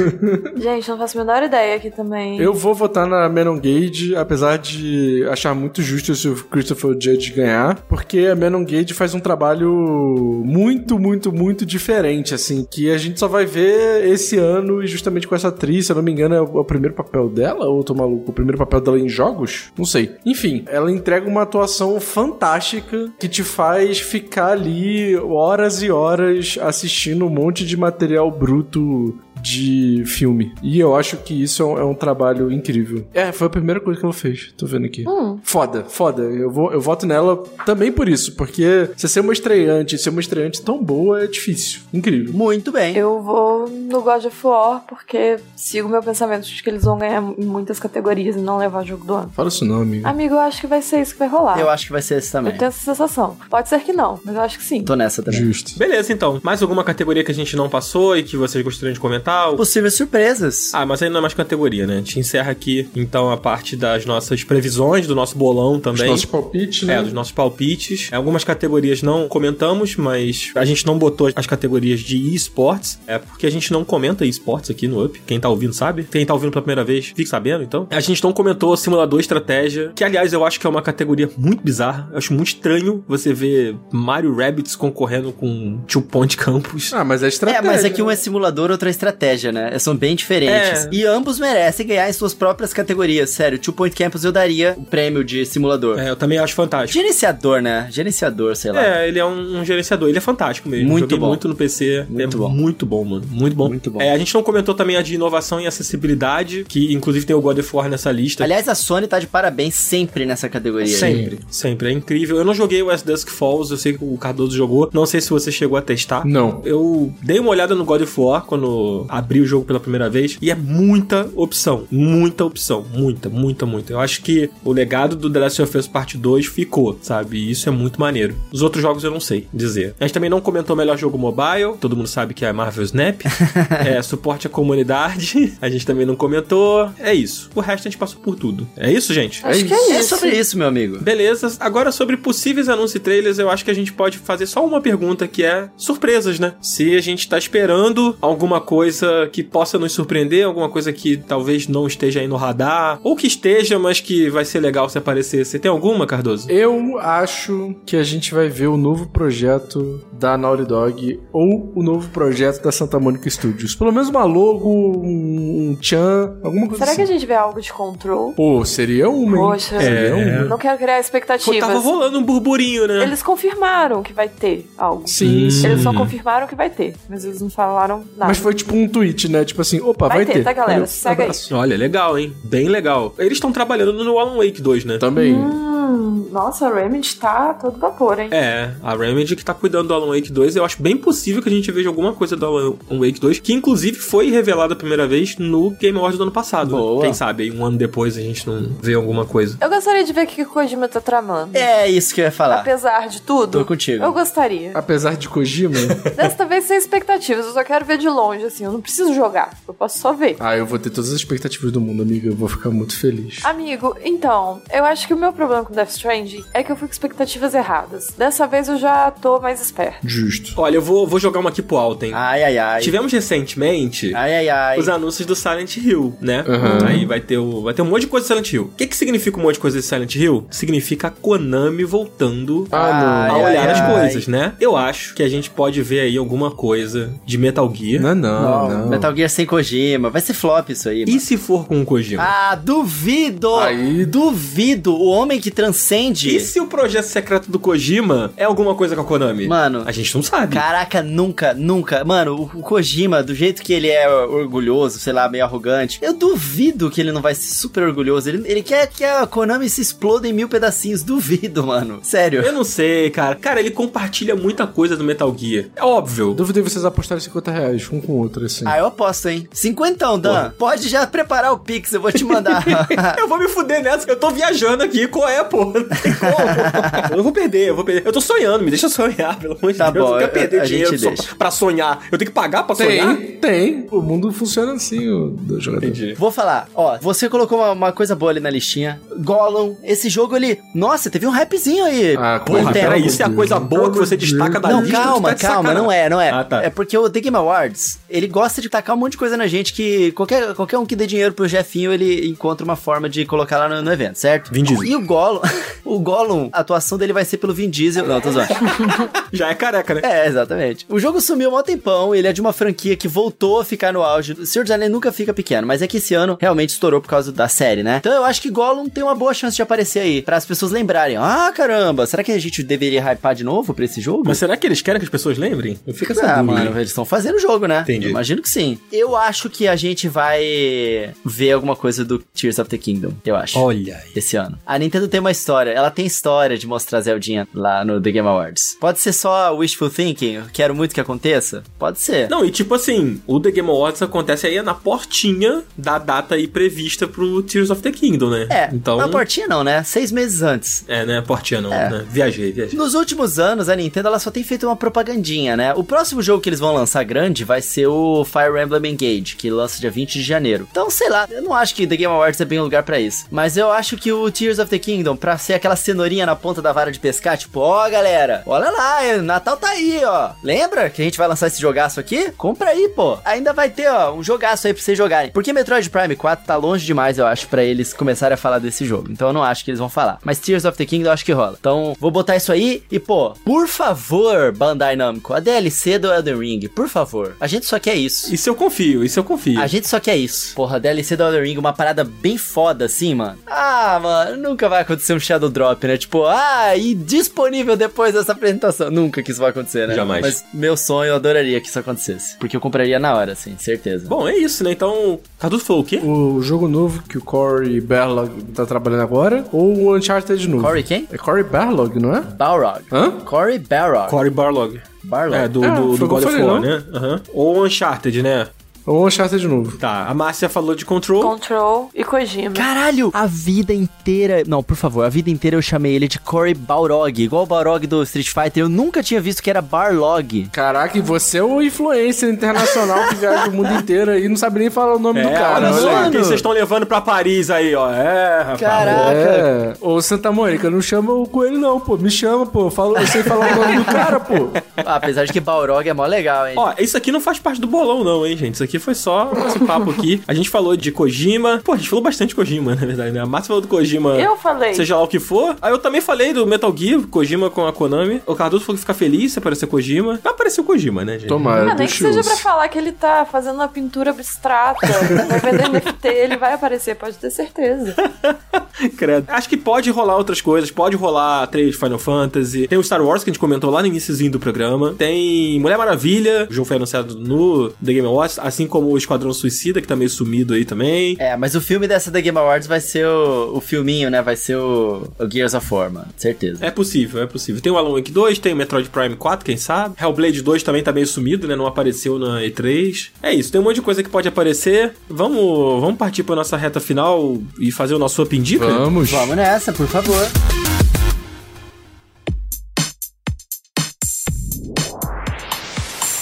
Gente, eu não faço a menor ideia aqui também. Eu vou votar na Menon Gage, apesar de achar muito justo se o Christopher Judge ganhar, porque a Menon Gage faz um trabalho muito, muito, muito diferente, assim, que a gente só vai ver esse ano e justamente com essa atriz, se eu não me engano, é o, é o primeiro papel dela, ou eu tô maluco, o primeiro papel dela em jogos? Não sei. Enfim, ela entrega uma atuação fantástica que te faz ficar ali horas e horas assistindo um monte de material bruto de filme. E eu acho que isso é um, é um trabalho incrível. É, foi a primeira coisa que ela fez, tô vendo aqui. Hum. Foda, foda. Eu, vou, eu voto nela também por isso, porque você ser uma estreante, ser uma estreante tão boa é difícil. Incrível. Muito bem. Eu vou no God of War porque sigo meu pensamento de que eles vão ganhar em muitas categorias e não levar jogo do ano. Fala isso não, amigo. Ah, Amigo, eu acho que vai ser isso que vai rolar. Hum. Eu acho que vai ser esse também. Eu tenho essa sensação. Pode ser que não, mas eu acho que sim. Tô nessa também. É Justo. Beleza, então. Mais alguma categoria que a gente não passou e que vocês gostariam de comentar? Possíveis surpresas. Ah, mas aí não é mais categoria, né? A gente encerra aqui, então, a parte das nossas previsões, do nosso bolão Os também. nossos palpites, né? É, dos nossos palpites. Algumas categorias não comentamos, mas a gente não botou as categorias de esportes. É porque a gente não comenta esportes aqui no Up. Quem tá ouvindo sabe. Quem tá ouvindo pela primeira vez, fique sabendo, então. A gente não comentou simulador estratégia, que aliás eu acho que é uma categoria muito bizarra. Eu acho muito estranho você ver Mario Rabbits concorrendo com Two Point Campus. Ah, mas é É, estratégia. mas é que um é simulador, outro é estratégia, né? São bem diferentes. né? É. E ambos merecem ganhar em suas próprias categorias. Sério, Two Point Campus eu daria o prêmio de simulador. É, eu também acho fantástico. Gerenciador, né? Gerenciador, sei lá. É, ele é um, um gerenciador, ele é fantástico mesmo. Muito Joguei bom. muito no PC. Muito é bom. muito bom, mano. Muito bom. Muito bom. É, a gente não comentou também a de inovação e acessibilidade, que inclusive tem o God of War nessa lista. Aliás, a Sony tá de parabéns sempre nessa categoria. Sempre, sempre. É incrível. Eu não joguei o As Dusk Falls, eu sei que o Cardoso jogou. Não sei se você chegou a testar. Não. Eu dei uma olhada no God of War quando abri o jogo pela primeira vez e é muita opção, muita opção, muita, muita, muita. Eu acho que o legado do The Last of Us Part 2 ficou, sabe? E isso é muito maneiro. Os outros jogos eu não sei dizer. A gente também não comentou o melhor jogo mobile, todo mundo sabe que é Marvel Snap. é, suporte à comunidade, a gente também não comentou. É isso. O resto a gente passou por tudo. É isso, gente? acho que é É isso. sobre isso, meu amigo. Beleza, agora sobre possíveis anúncios e trailers, eu acho que a gente pode fazer só uma pergunta que é surpresas, né? Se a gente tá esperando alguma coisa que possa nos surpreender, alguma coisa que talvez não esteja aí no radar, ou que esteja, mas que vai ser legal se aparecer. Você tem alguma, Cardoso? Eu acho que a gente vai ver o novo projeto da Naughty Dog ou o novo projeto da Santa Monica Studios. Pelo menos uma logo, um, um tchan, alguma coisa Será que assim. a gente vê algo de control? Pô, seria uma, hein? Poxa, É. não quero criar Pô, expectativas. tava rolando um burburinho, né? Eles confirmaram que vai ter algo. Sim, sim. Eles só confirmaram que vai ter, mas eles não falaram nada. Mas foi tipo um tweet, né? Tipo assim, opa, vai, Vai ter, tá, galera? Segue aí. Olha, legal, hein? Bem legal. Eles estão trabalhando no Alan Wake 2, né? Também. Hum, nossa, a Remedy tá todo vapor, hein? É, a Remedy que tá cuidando do Alan Wake 2, eu acho bem possível que a gente veja alguma coisa do Alan Wake 2, que inclusive foi revelada a primeira vez no Game Awards do ano passado. né? Boa. Quem sabe aí um ano depois a gente não vê alguma coisa. Eu gostaria de ver o que o Kojima tá tramando. É isso que eu ia falar. Apesar de tudo, Tô contigo. eu gostaria. Apesar de Kojima. Desta vez sem expectativas, eu só quero ver de longe, assim, eu não preciso jogar, eu posso só ver. ah, Ah. eu vou ter todas as expectativas do mundo, amiga. Eu vou ficar muito feliz. Amigo, então, eu acho que o meu problema com The Death Stranding é que eu fui com expectativas erradas. Dessa vez eu já tô mais esperto. Justo. Olha, eu vou, vou jogar uma aqui pro alto, hein? Ai, ai, ai. Tivemos recentemente Ai, ai, ai. os anúncios do Silent Hill, né? Uhum. Aí vai ter, o, vai ter um monte de coisa de Silent Hill. O que, que significa um monte de coisa de Silent Hill? Significa a Konami voltando Ah, a Ai, olhar ai, as ai. coisas, né? Eu acho que a gente pode ver aí alguma coisa de Metal Gear. não. Não, não, Não, Metal Gear sem Kojima. Vai ser flop isso aí, mano. E se for com o Kojima? Ah, duvido! Aí- Duvido! O homem que transcende. E se o projeto secreto do Kojima é alguma coisa com a Konami? Mano. A gente não sabe. Caraca, nunca, nunca. Mano, o o Kojima, do jeito que ele é orgulhoso, sei lá, meio arrogante, eu duvido que ele não vai ser super orgulhoso. Ele, ele quer que a Konami se exploda em mil pedacinhos. Duvido, mano. Sério. Eu não sei, cara. Cara, ele compartilha muita coisa do Metal Gear. É óbvio. Duvidei vocês apostarem 50 reais um com o outro, assim. Ah, eu aposto, hein? Cinquentão, Dan. Pode já preparar o Pix, eu vou te mandar. Eu vou me fuder nessa, eu tô viajando aqui. Qual é, porra? Não tem como. eu não vou perder, eu vou perder. Eu tô sonhando, me deixa sonhar, pelo amor de Tá Deus. bom, eu não quero eu- perder a dinheiro gente só deixa. pra sonhar. Eu tenho que pagar pra sonhar? tem, tem. O mundo funciona assim, o do jogador. Entendi. Vou falar, ó, você colocou uma, uma coisa boa ali na listinha. Gollum, esse jogo ali. Nossa, teve um hypezinho aí. Ah, por coisa um Porra, tempo. peraí, isso é a coisa boa que você destaca da Não, lista. tu calma, tá de calma, sacanagem. não é, não é. Ah, tá. É porque o The Game Awards, ele gosta de tacar um monte de coisa na gente que qualquer, qualquer um que dê dinheiro pro Jefinho, ele encontra uma forma de colocar lá no, no evento, certo? Vin Diesel. E o Gollum, o Gollum, a atuação dele vai ser pelo Vin Diesel. Não, tô zoando. Já é careca, né? É, exatamente. O jogo sumiu há mó tempão, ele é de uma franquia que voltou a ficar no auge. O Senhor dos Anéis nunca fica pequeno, mas é que esse ano realmente estourou por causa da série, né? Então eu acho que Gollum tem uma boa chance de aparecer aí, Pra as pessoas lembrarem. Ah, caramba, será que a gente deveria hypar de novo pra esse jogo? Mas será que eles querem que as pessoas lembrem? Eu fico essa Ah, dúvida. mano, eles estão fazendo o jogo, né? Entendi. Eu imagino que sim. Eu acho que a gente vai ver alguma coisa do Tears of the Kingdom, eu acho. Olha aí. Esse ano. A Nintendo tem uma história, ela tem história de mostrar Zeldinha lá no The Game Awards. Pode ser só wishful thinking, eu quero muito que aconteça? Pode ser. Não, e tipo assim, o The Game Awards acontece aí na portinha da data aí prevista pro Tears of the Kingdom, né? É, então. na portinha não, né? Seis meses antes. É, né? Portinha não, É. né? Viajei, viajei. Nos últimos anos, a Nintendo ela só tem feito uma propagandinha, né? O próximo jogo que eles vão lançar grande vai ser o Fire Emblem Engage, que lança dia 20 de janeiro. Então, sei lá, eu não acho que The Game Awards é bem o lugar pra isso. Mas eu acho que o Tears of the Kingdom, pra ser aquela cenourinha na ponta da vara de pescar, tipo, ó galera, olha lá, é- Natal tá aí, ó. Lembra que a gente vai lançar esse jogaço aqui? Compra aí, pô. Ainda vai ter, ó, um jogaço aí pra vocês jogarem. Porque Metroid Prime 4 tá longe demais, eu acho, pra eles começarem a falar desse jogo. Então eu não acho que eles vão falar. Mas Tears of the Kingdom eu acho que rola. Então vou botar isso aí e, pô, por favor, Bandai Namco, a DLC do Elden Ring, por favor. A gente só quer isso. Isso eu confio, isso eu confio. A gente só quer isso. Porra, DLC do Elden Ring, uma parada bem foda assim, mano. Ah, mano, nunca vai acontecer um Shadow Drop, né? Tipo, ah, e disponível depois dessa apresentação. Nunca que isso vai acontecer, né? Jamais. Mas meu sonho, eu adoraria que isso acontecesse. Porque eu compraria na hora, assim, certeza. Bom, é isso, né? Então, Cadu falou o quê? O jogo novo que o Corey Berlog tá trabalhando agora, ou o Uncharted novo? Corey quem? É Corey Berlog, não é? Balrog. Hã? Corey Balrog. Corey Barlog. Barlog. É, do, É, do, foi do o que God eu of falei, não? War, né? Aham. Ou Uncharted, né? Ou Uncharted novo. Tá, a Márcia falou de Control. Control e Kojima. Caralho, a vida inteira. Não, por favor, a vida inteira eu chamei ele de Corey Balrog, igual o Balrog do Street Fighter. Eu nunca tinha visto que era Barlog. Caraca, e você é o influencer internacional que viaja o mundo inteiro e não sabe nem falar o nome do é, cara. olha só, olha aí. quem vocês estão levando pra Paris aí, ó. É, rapaz. Caraca. É, ou Santa Mônica, não chama o coelho não, pô. Me chama, pô. Eu falo- eu sei falar o nome do cara, pô. Ah, Apesar de que Balrog é mó legal, hein? Ó, isso aqui não faz parte do bolão, não, hein, gente? Isso aqui foi só esse papo aqui. A gente falou de Kojima. Pô, a gente falou bastante de Kojima, na verdade, né? A Márcia falou do Kojima. Eu falei. Seja lá o que for. Aí eu também falei do Metal Gear, Kojima com a Konami. O Cardoso falou que fica feliz se aparecer Kojima. Vai aparecer o Kojima, né, gente? Tomara, Ah, nem que deixa seja eu- pra falar que ele tá fazendo uma pintura abstrata, vai vender NFT, ele vai aparecer, pode ter certeza. Credo. Acho que pode rolar outras coisas. Pode rolar três Final Fantasy. Tem o Star Wars que a gente comentou lá no iníciozinho do programa. Tem Mulher Maravilha. O jogo foi anunciado no The Game Awards. Assim como o Esquadrão Suicida, que tá meio sumido aí também. É, mas o filme dessa da Game Awards vai ser o, o filminho, né? Vai ser o, o Gears of War, mano. Certeza. É possível, é possível. Tem o Alan Wake 2, tem o Metroid Prime 4, quem sabe. Hellblade 2 também tá meio sumido, né? Não apareceu na E3. É isso, tem um monte de coisa que pode aparecer. Vamos, vamos partir pra nossa reta final e fazer o nosso Up Indica? Vamos. Vamos nessa, por favor.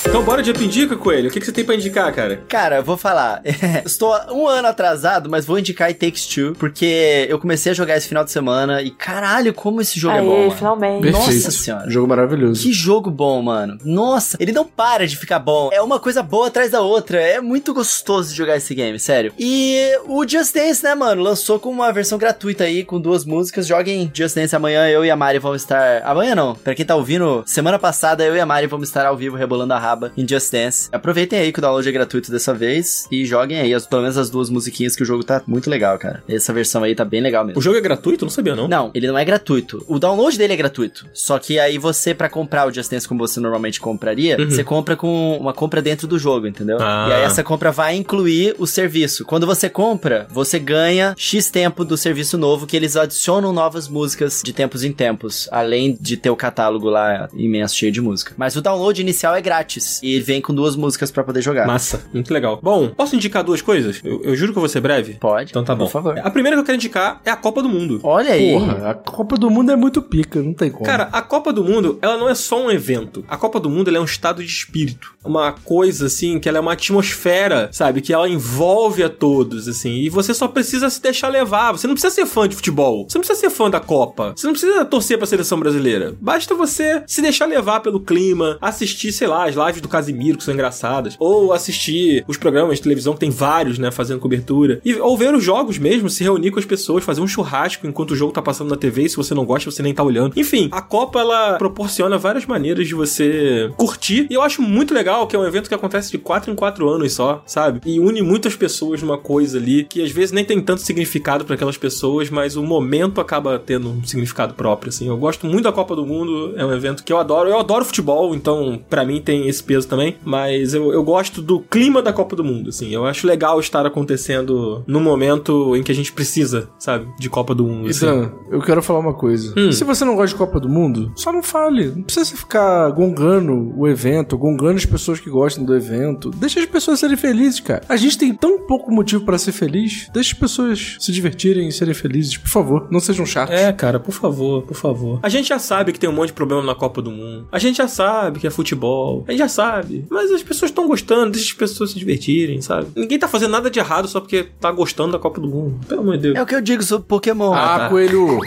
Então bora de Apindica, Coelho. O que, que você tem pra indicar, cara? Cara, eu vou falar. Estou um ano atrasado, mas vou indicar It Takes Two, porque eu comecei a jogar esse final de semana e caralho, como esse jogo é bom. Aê, mano. finalmente. Nossa Perfeito. Senhora. Jogo maravilhoso. Que jogo bom, mano. Nossa, ele não para de ficar bom. É uma coisa boa atrás da outra. É muito gostoso de jogar esse game, sério. E o Just Dance, né, mano? Lançou com uma versão gratuita aí, com duas músicas. Joguem Just Dance amanhã. Eu e a Mari vamos estar. Amanhã não. Pra quem tá ouvindo, semana passada eu e a Mari vamos estar ao vivo rebolando a raba em Just Dance. Aproveitem aí que o download é gratuito dessa vez. E joguem aí, as- pelo menos as duas musiquinhas, que o jogo tá muito legal, cara. Essa versão aí tá bem legal mesmo. O jogo é gratuito? Não sabia, não. Não, ele não é gratuito. O download dele é gratuito. Só que aí você, pra comprar o Just Dance como você normalmente compraria, você compra com uma compra dentro do jogo, entendeu? Uhum. Ah. E aí essa compra vai incluir o serviço. Quando você compra, você ganha X tempo do serviço novo que eles adicionam novas músicas de tempos em tempos, além de ter o catálogo lá imenso cheio de música. Mas o download inicial é grátis e vem com duas músicas pra poder jogar. Massa, muito legal. Bom, posso indicar duas coisas? Eu, eu juro que eu vou ser breve. Pode. Então tá bom. Por favor. A primeira que eu quero indicar é a Copa do Mundo. Olha aí. Porra, a Copa do Mundo é muito pica, não tem como. Cara, a Copa do Mundo, ela não é só um evento. A Copa do Mundo, ela é um estado de espírito. É Uma coisa, assim, que ela é uma atmosfera, sabe? Que ela envolve a todos, assim. E você só precisa se deixar levar. Você não precisa ser fã de futebol. Você não precisa ser fã da Copa. Você não precisa torcer pra seleção brasileira. Basta você se deixar levar pelo clima, assistir, sei lá, as lives do Casimiro, que são engraçadas. Ou assistir os programas de televisão, que tem vários, né, fazendo cobertura. E, ou ver os jogos mesmo, se reunir com as pessoas, fazer um churrasco enquanto o jogo tá passando na TV. E se você não gosta, você nem tá olhando. Enfim, a Copa, ela proporciona várias maneiras de você curtir. E eu acho muito legal que é um evento que acontece de 4 em 4 anos só, sabe? E une muitas pessoas numa coisa ali que às vezes nem tem tanto significado pra aquelas pessoas, mas o momento acaba tendo um significado próprio, assim. Eu gosto muito da Copa do Mundo, é um evento que eu adoro. Eu adoro futebol, então pra mim tem esse peso também. Mas eu, eu gosto do clima da Copa do Mundo, assim. Eu acho legal estar acontecendo no momento em que a gente precisa, sabe? De Copa do Mundo, assim. Ethan, eu quero falar uma coisa. Hum. Se você não gosta de Copa do Mundo, só não fale. Não precisa você ficar gongando o evento, gongando as pessoas que gostam do evento. Deixa as pessoas serem felizes, cara. A gente tem tão pouco motivo pra ser feliz. Deixa as pessoas se divertirem e serem felizes, por favor. Não sejam chatos. É, cara, por favor, por favor. A gente já sabe que tem um monte de problema na Copa do Mundo. A gente já sabe que é futebol. A gente já sabe. Mas as pessoas estão gostando, deixa as pessoas se divertirem, sabe? Ninguém tá fazendo nada de errado só porque tá gostando da Copa do Mundo. Pelo amor de Deus. É o que eu digo sobre Pokémon. Ah, tá. coelho.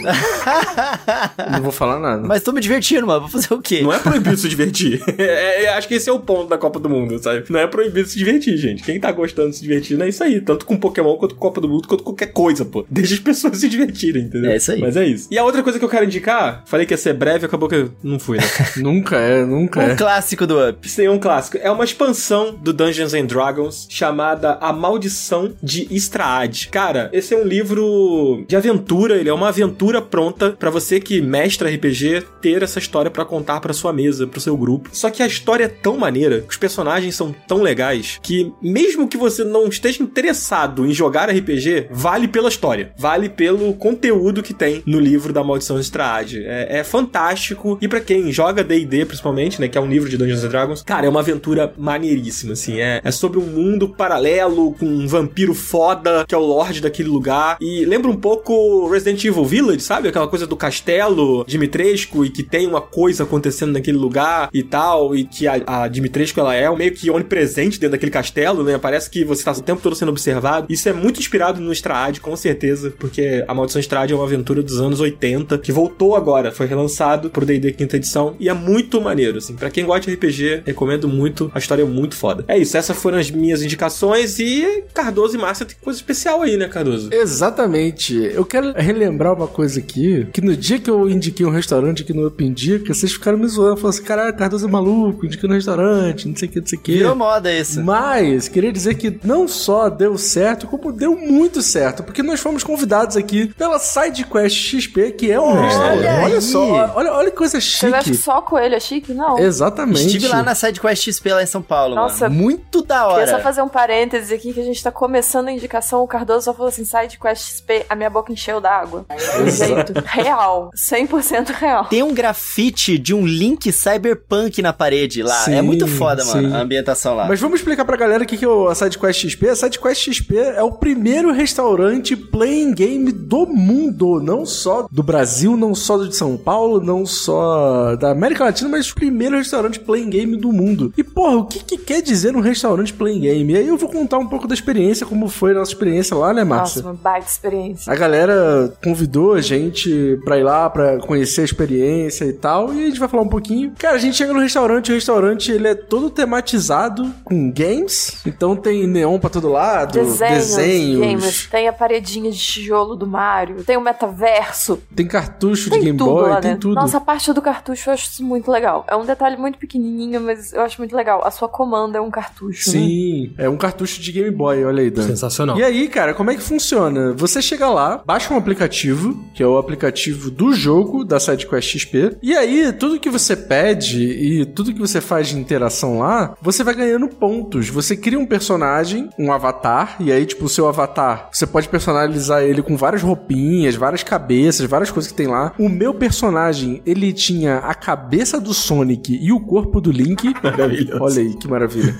não vou falar nada. Mas tô me divertindo, mano. Vou fazer o quê? Não é proibido se divertir. É, é, acho que esse é o ponto da Copa do Mundo, sabe? Não é proibido se divertir, gente. Quem tá gostando de se divertir é isso aí. Tanto com Pokémon, quanto com Copa do Mundo, quanto com qualquer coisa, pô. Deixa as pessoas se divertirem, entendeu? É isso aí. Mas é isso. E a outra coisa que eu quero indicar, falei que ia ser breve, acabou que eu não fui, né? Nunca é, nunca Um é. clássico do Up. Isso aí é um clássico. É uma expansão do Dungeons and Dragons chamada A Maldição de Istraad. Cara, esse é um livro de aventura, ele é uma aventura pronta pra você que mestra RPG ter essa história pra contar pra sua mesa, pro seu grupo. Só que a história é tão maneira, os personagens são tão legais que mesmo que você não esteja interessado em jogar RPG, vale pela história, vale pelo conteúdo que tem no livro da Maldição de Istraad. É, é fantástico e pra quem joga D&D principalmente, né, que é um livro de Dungeons and Dragons, cara, é uma aventura maneiríssima, assim, é, é sobre um mundo paralelo com um vampiro foda que é o lorde daquele lugar e lembra um pouco Resident Evil Village, sabe? Aquela coisa do castelo Dimitrescu e que tem uma coisa acontecendo naquele lugar e tal e que a, a Dimitrescu, ela é meio que onipresente dentro daquele castelo, né? Parece que você tá o tempo todo sendo observado. Isso é muito inspirado no Strahd, com certeza, porque a Maldição Strahd é uma aventura dos anos 80 que voltou agora, foi relançado pro D&D quinta edição e é muito maneiro, assim. Pra quem gosta de RPG, recomendo muito. A história é muito foda. É isso, essas foram as minhas indicações e Cardoso e Márcia tem coisa especial aí, né, Cardoso? Exatamente. Eu quero relembrar uma coisa aqui, que no dia que eu indiquei um restaurante aqui no Up Indica, vocês ficaram me zoando, falando assim, caralho, Cardoso é maluco, indicando restaurante, não sei o que, não sei o que. Virou moda isso. Mas queria dizer que não só deu certo, como deu muito certo, porque nós fomos convidados aqui pela SideQuest XP, que é um restaurante. Olha aí! só, olha, olha que coisa Você acha que chique. só coelho é chique? Não. Exatamente. Estive lá na SideQuest XP lá em São Paulo, Nossa, mano. Muito da Queria só hora. fazer um parêntese aqui que a gente tá começando a indicação. O Cardoso só falou assim: sai de Quest XP, a minha boca encheu d'água. Jeito. Real. 100% real. Tem um grafite de um link cyberpunk na parede lá. Sim, é muito foda, sim. mano, a ambientação lá. Mas vamos explicar pra galera o que que é o- a SideQuest XP. A SideQuest XP é o primeiro restaurante playing game do mundo. Não só do Brasil, não só de São Paulo, não só da América Latina, mas o primeiro restaurante playing game do mundo. E porra, o que, que quer dizer um restaurante playing game? E aí eu vou contar um pouco da experiência, como foi a nossa experiência lá, né, Márcia? Nossa, uma baita experiência. A galera convidou a gente pra ir lá, pra conhecer a experiência e tal, e a gente vai falar um pouquinho. Cara, a gente chega no restaurante, o restaurante ele é todo tematizado com games, então tem neon pra todo lado, Desenhos, desenhos, games, tem a paredinha de tijolo do Mario, tem o metaverso, tem cartucho Tipo tem de Game tudo Boy, lá tem dentro. tudo. Nossa, a parte do cartucho eu acho isso muito legal. É um detalhe muito pequenininho, mas eu acho muito legal. A sua comanda é um cartucho, né? Sim, é um cartucho de Game Boy, olha aí, Dan. Sensacional. E aí, cara, como é que funciona? Você chega lá, baixa um aplicativo, que é o aplicativo do jogo da SideQuest XP, e aí tudo que você pede e tudo que você faz de interação lá, você vai ganhando pontos. Você cria um personagem, um avatar, e aí, tipo, o seu avatar, você pode personalizar ele com várias roupinhas, várias cabeças, várias coisas que tem lá. O meu personagem, ele tinha a cabeça do Sonic e o corpo do Link. Maravilhoso. Olha aí, que maravilha.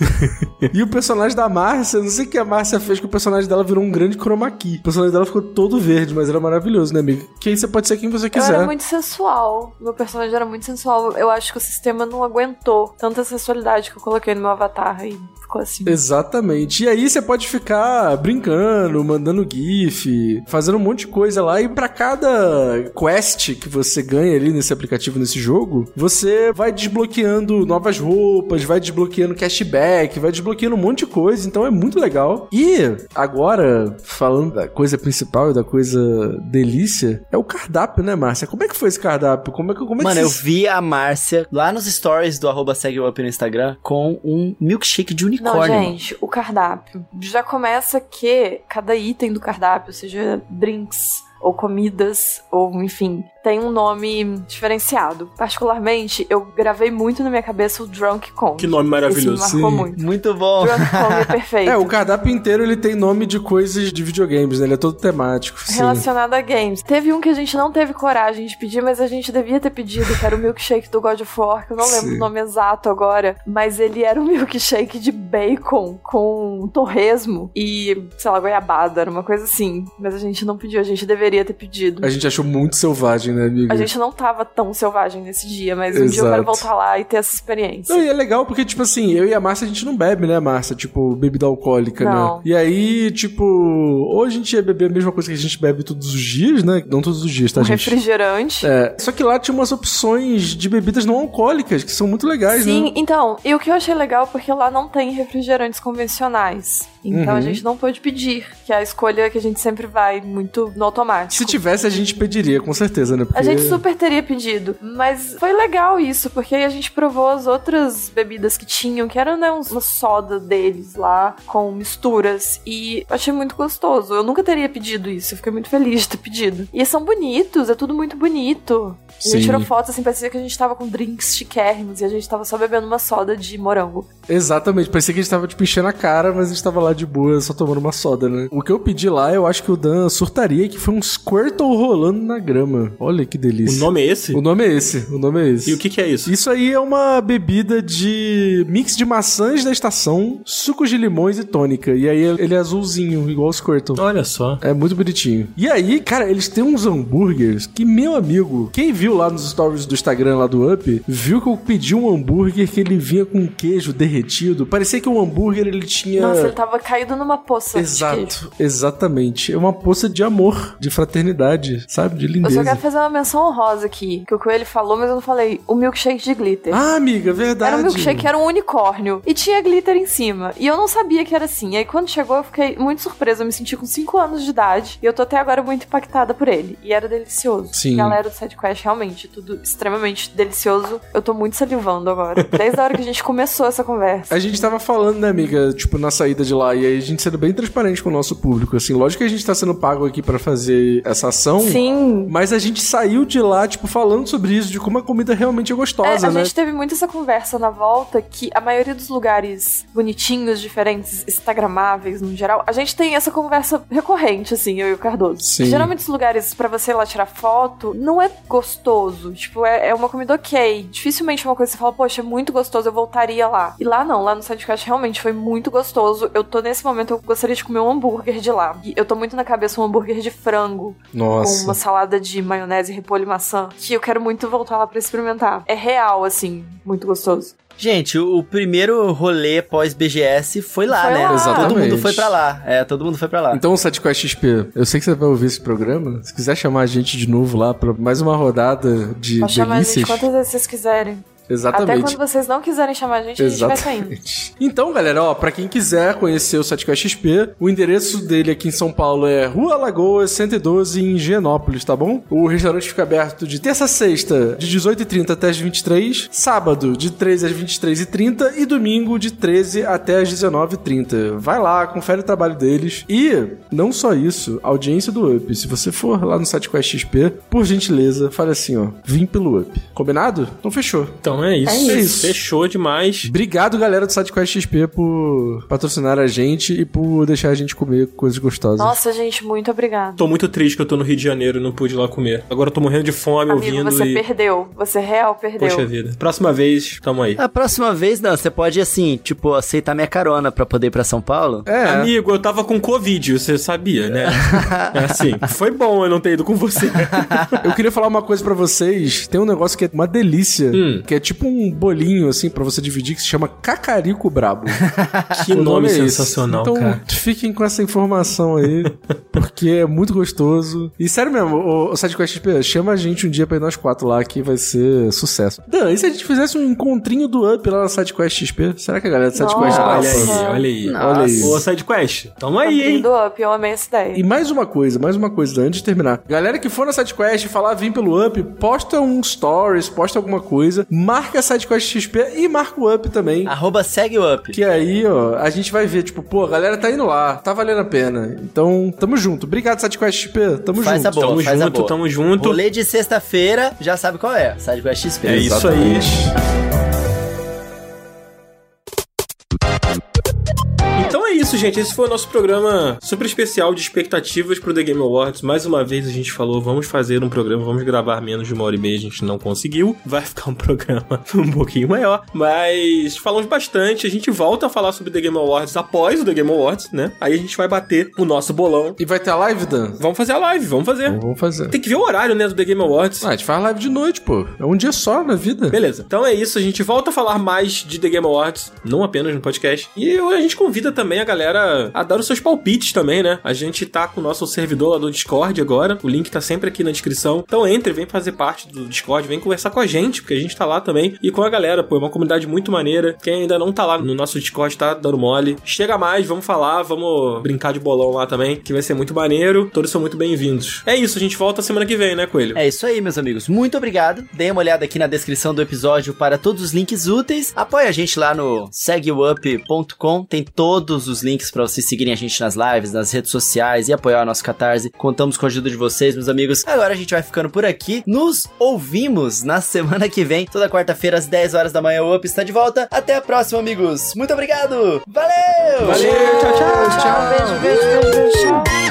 E o personagem da Márcia, não sei o que a Márcia fez que o personagem dela virou um grande chroma key. O personagem dela ficou todo verde, mas era maravilhoso, né, amigo? Que aí você pode ser quem você Eu quiser. era muito sensual. Meu personagem era muito sensual. Eu acho que o sistema não aguentou tanta sensualidade que eu coloquei no meu avatar e ficou assim. Exatamente. E aí você pode ficar brincando, mandando GIF, fazendo um monte de coisa lá. E pra cada quest que você ganha ali nesse aplicativo, nesse jogo, você vai desbloqueando novas roupas, vai desbloqueando cashback, vai desbloqueando um monte de coisa. Então é muito legal. E agora, falando da coisa principal e da coisa delícia, é o cardápio, né, Márcia? Como é que foi esse cardápio? Como é que, como é Mano, que eu vocês- vi a Márcia lá nos stories do arroba segue o up no Instagram com um milkshake de Não, unicórnio. mano. gente, o cardápio. Já começa que cada item do cardápio, seja drinks ou comidas, ou enfim, tem um nome diferenciado. Particularmente, eu gravei muito na minha cabeça o Drunk Kong. Que nome maravilhoso. Esse me marcou muito. Muito bom. Drunk Kong é perfeito. É, o cardápio inteiro ele tem nome de coisas de videogames, né? Ele é todo temático. sim. relacionado a games. Teve um que a gente não teve coragem de pedir, mas a gente devia ter pedido, que era o milkshake do God of War, que eu não lembro Sim. o nome exato agora, mas ele era um milkshake de bacon com torresmo e, sei lá, goiabada, era uma coisa assim. Mas a gente não pediu, a gente deveria ter pedido. A gente achou muito selvagem, né, amigo? A gente não tava tão selvagem nesse dia, mas um dia eu Exato. quero voltar lá e ter essa experiência. Não, e é legal porque, tipo assim, eu e a Márcia, a gente não bebe, né, Márcia? Tipo, bebida alcoólica, Não. né? E aí, tipo, ou a gente ia beber a mesma coisa que a gente bebe todos os dias, né? Não todos os dias, tá, Um gente? refrigerante. É, só que lá tinha umas opções de bebidas não alcoólicas, que são muito legais, Sim, né? então, e o que eu achei legal porque lá não tem refrigerantes convencionais. Então Uhum. a gente não pôde pedir, que é a escolha que a gente sempre vai muito no automático. Se tivesse, a gente pediria, com certeza, né? Porque... A gente super teria pedido, mas foi legal isso, porque aí a gente provou as outras bebidas que tinham, que eram né, uns- uma soda deles lá, com misturas, e eu achei muito gostoso. Eu nunca teria pedido isso, eu fiquei muito feliz de ter pedido. E são bonitos, é tudo muito bonito. A gente Sim. tirou fotos assim, parecia que a gente tava com drinks chiquérrimos e a gente tava só bebendo uma soda de morango. Exatamente, parecia que a gente tava, tipo, enchendo a cara, mas a gente tava lá de boa, só tomando uma soda, né? O que eu pedi lá, eu acho que o Dan surtaria, que foi um Squirtle rolando na grama. Olha que O delícia. nome é esse? O nome é esse, o nome é esse. E o que, que é isso? Isso aí é uma bebida de mix de maçãs da estação, sucos de limões e tônica. E aí ele é azulzinho, igual o Squirtle. Olha só. É muito bonitinho. E aí, cara, eles têm uns hambúrgueres que, meu amigo, quem viu lá nos stories do Instagram lá do Up, viu que eu pedi um hambúrguer que ele vinha com queijo derretido. Parecia que o hambúrguer ele tinha. Nossa, ele tava caído numa poça. de queijo. É. Exato, exatamente. É uma poça de amor, de fraternidade, sabe? De Eu lindeza. só quero fazer uma menção honrosa aqui, que o Coelho falou, mas eu não falei. O milkshake de glitter. Ah, amiga, verdade. Era um milkshake, era um unicórnio. E tinha glitter em cima. E eu não sabia que era assim. E aí quando chegou, eu fiquei muito surpresa. Eu me senti com 5 anos de idade. E eu tô até agora muito impactada por ele. E era delicioso. Sim. Galera do SideQuest, realmente, tudo extremamente delicioso. Eu tô muito salivando agora. Desde a hora que a gente começou essa conversa. A gente tava falando, né, amiga, tipo, na saída de lá, e aí a gente sendo bem transparente com o nosso público, assim, lógico que a gente tá sendo pago aqui pra fazer essa ação. Sim. Mas a gente saiu de lá, tipo, falando sobre isso, de como a comida realmente é gostosa, É, a né? gente teve muito essa conversa na volta que a maioria dos lugares bonitinhos, diferentes, instagramáveis no geral, a gente tem essa conversa recorrente, assim, eu e o Cardoso. Sim. Que Geralmente os lugares pra você ir lá tirar foto não é gostoso. Tipo, é, é uma comida ok. Dificilmente é uma coisa que você fala, poxa, é muito gostoso, eu voltaria lá. E lá não, lá no Sandcast realmente foi muito gostoso. Eu tô nesse momento eu gostaria de comer um hambúrguer de lá. E eu tô muito na cabeça um hambúrguer de frango tá com uma Nossa. salada de maionese, repolho e maçã, que eu quero muito voltar lá pra experimentar. É real, assim, muito gostoso. Gente, o o primeiro rolê pós-BGS foi lá, Foi né? lá. Todo mundo Exatamente. foi pra lá. É, todo mundo foi pra lá. Então, SatQuest XP, eu sei que você vai ouvir esse programa. Se quiser chamar a gente de novo lá pra mais uma rodada de Pode chamar a gente delícias. quantas vezes vocês quiserem. Até Exatamente. quando vocês não quiserem chamar a gente, a gente vai saindo. Exatamente. Então, galera, ó, pra quem quiser conhecer o Satcast XP, o endereço dele aqui em São Paulo é Rua Lagoa 112, em Higienópolis, tá bom? O restaurante fica aberto de terça a sexta, de 18h30 até as 23 sábado, de 13 às 23h30 e domingo, de 13 até as 19h30. Vai lá, confere o trabalho deles. E, não só isso, a audiência do UP. Se você for lá no Satcast XP, por gentileza, fale assim, ó, vim pelo UP. Combinado? Então fechou. Então é isso. É isso. Fechou demais. Obrigado, galera do SideQuest XP, por patrocinar a gente e por deixar a gente comer coisas gostosas. Nossa, gente, muito obrigada. Tô muito triste que eu tô no Rio de Janeiro e não pude ir lá comer. Agora eu tô morrendo de fome Amigo, ouvindo você e... perdeu. Você real perdeu. Poxa vida. Próxima vez, tamo aí. A próxima vez, não, você pode, assim, tipo, aceitar minha carona pra poder ir pra São Paulo. É, Amigo, eu tava com Covid, você sabia, né? É assim, foi bom eu não ter ido com você. eu queria falar uma coisa pra vocês. Tem um negócio que é uma delícia, Hum. que é tipo um bolinho, assim, pra você dividir, que se chama Cacarico Brabo. que O nome é esse. sensacional, então, cara. fiquem com essa informação aí, porque é muito gostoso. E sério mesmo, o, o SideQuest XP, chama a gente um dia pra ir nós quatro lá, que vai ser sucesso. Dan, e se a gente fizesse um encontrinho do Up lá na SideQuest XP? Será que a galera do SideQuest lá... Olha aí, Nossa. olha aí. Olha aí. Ô, SideQuest, tamo aí, Amigo hein? do Tá Up, eu amei essa ideia. E mais uma coisa, mais uma coisa, antes de terminar. Galera que for na SideQuest e falar vim pelo Up, posta um stories, posta alguma coisa, marca a SideQuest XP e marca o Up também. Ah. Arroba segue o up. é Que aí, ó, a gente vai ver, tipo, pô, a galera tá indo lá, tá valendo a pena. Então, tamo junto. Obrigado, SideQuest XP, tamo Faz junto. a boa, Tamo faz a junto, boa. tamo junto. Rolê de sexta-feira, já sabe qual é. SideQuest XP. É isso aí. Então é isso, gente. Esse foi o nosso programa super especial de expectativas pro The Game Awards. Mais uma vez a gente falou, vamos fazer um programa, vamos gravar menos de uma hora e meia, a gente não conseguiu. Vai ficar um programa um pouquinho maior, mas falamos bastante. A gente volta a falar sobre The Game Awards após o The Game Awards, né? Aí a gente vai bater o nosso bolão. E vai ter a live, Dan? Vamos fazer a live, vamos fazer. Então, vamos fazer. É. Tem que ver o horário, né, do The Game Awards. Ah, a gente faz live de noite, pô. É um dia só na vida. Beleza. Então é isso, a gente volta a falar mais de The Game Awards, não apenas no podcast. E a gente convida também a galera a dar os seus palpites também, né? A gente tá com o nosso servidor lá do Discord agora, o link tá sempre aqui na descrição. Então entre, vem fazer parte do Discord, vem conversar com a gente, porque a gente tá lá também e com a galera, pô, é uma comunidade muito maneira. Quem ainda não tá lá no nosso Discord tá dando mole. Chega mais, vamos falar, vamos brincar de bolão lá também, que vai ser muito maneiro. Todos são muito bem-vindos. É isso, a gente volta semana que vem, né, Coelho? É isso aí, meus amigos. Muito obrigado. Dê uma olhada aqui na descrição do episódio para todos os links úteis. Apoie a gente lá no segueup.com. Tem todos os links para vocês seguirem a gente nas lives, nas redes sociais e apoiar o nosso catarse. Contamos com a ajuda de vocês, meus amigos. Agora a gente vai ficando por aqui. Nos ouvimos na semana que vem. Toda quarta-feira, às 10 horas da manhã, o Up está de volta. Até a próxima, amigos. Muito obrigado. Valeu! Valeu, tchau, tchau! Tchau, beijo, beijo, beijo, beijo, tchau.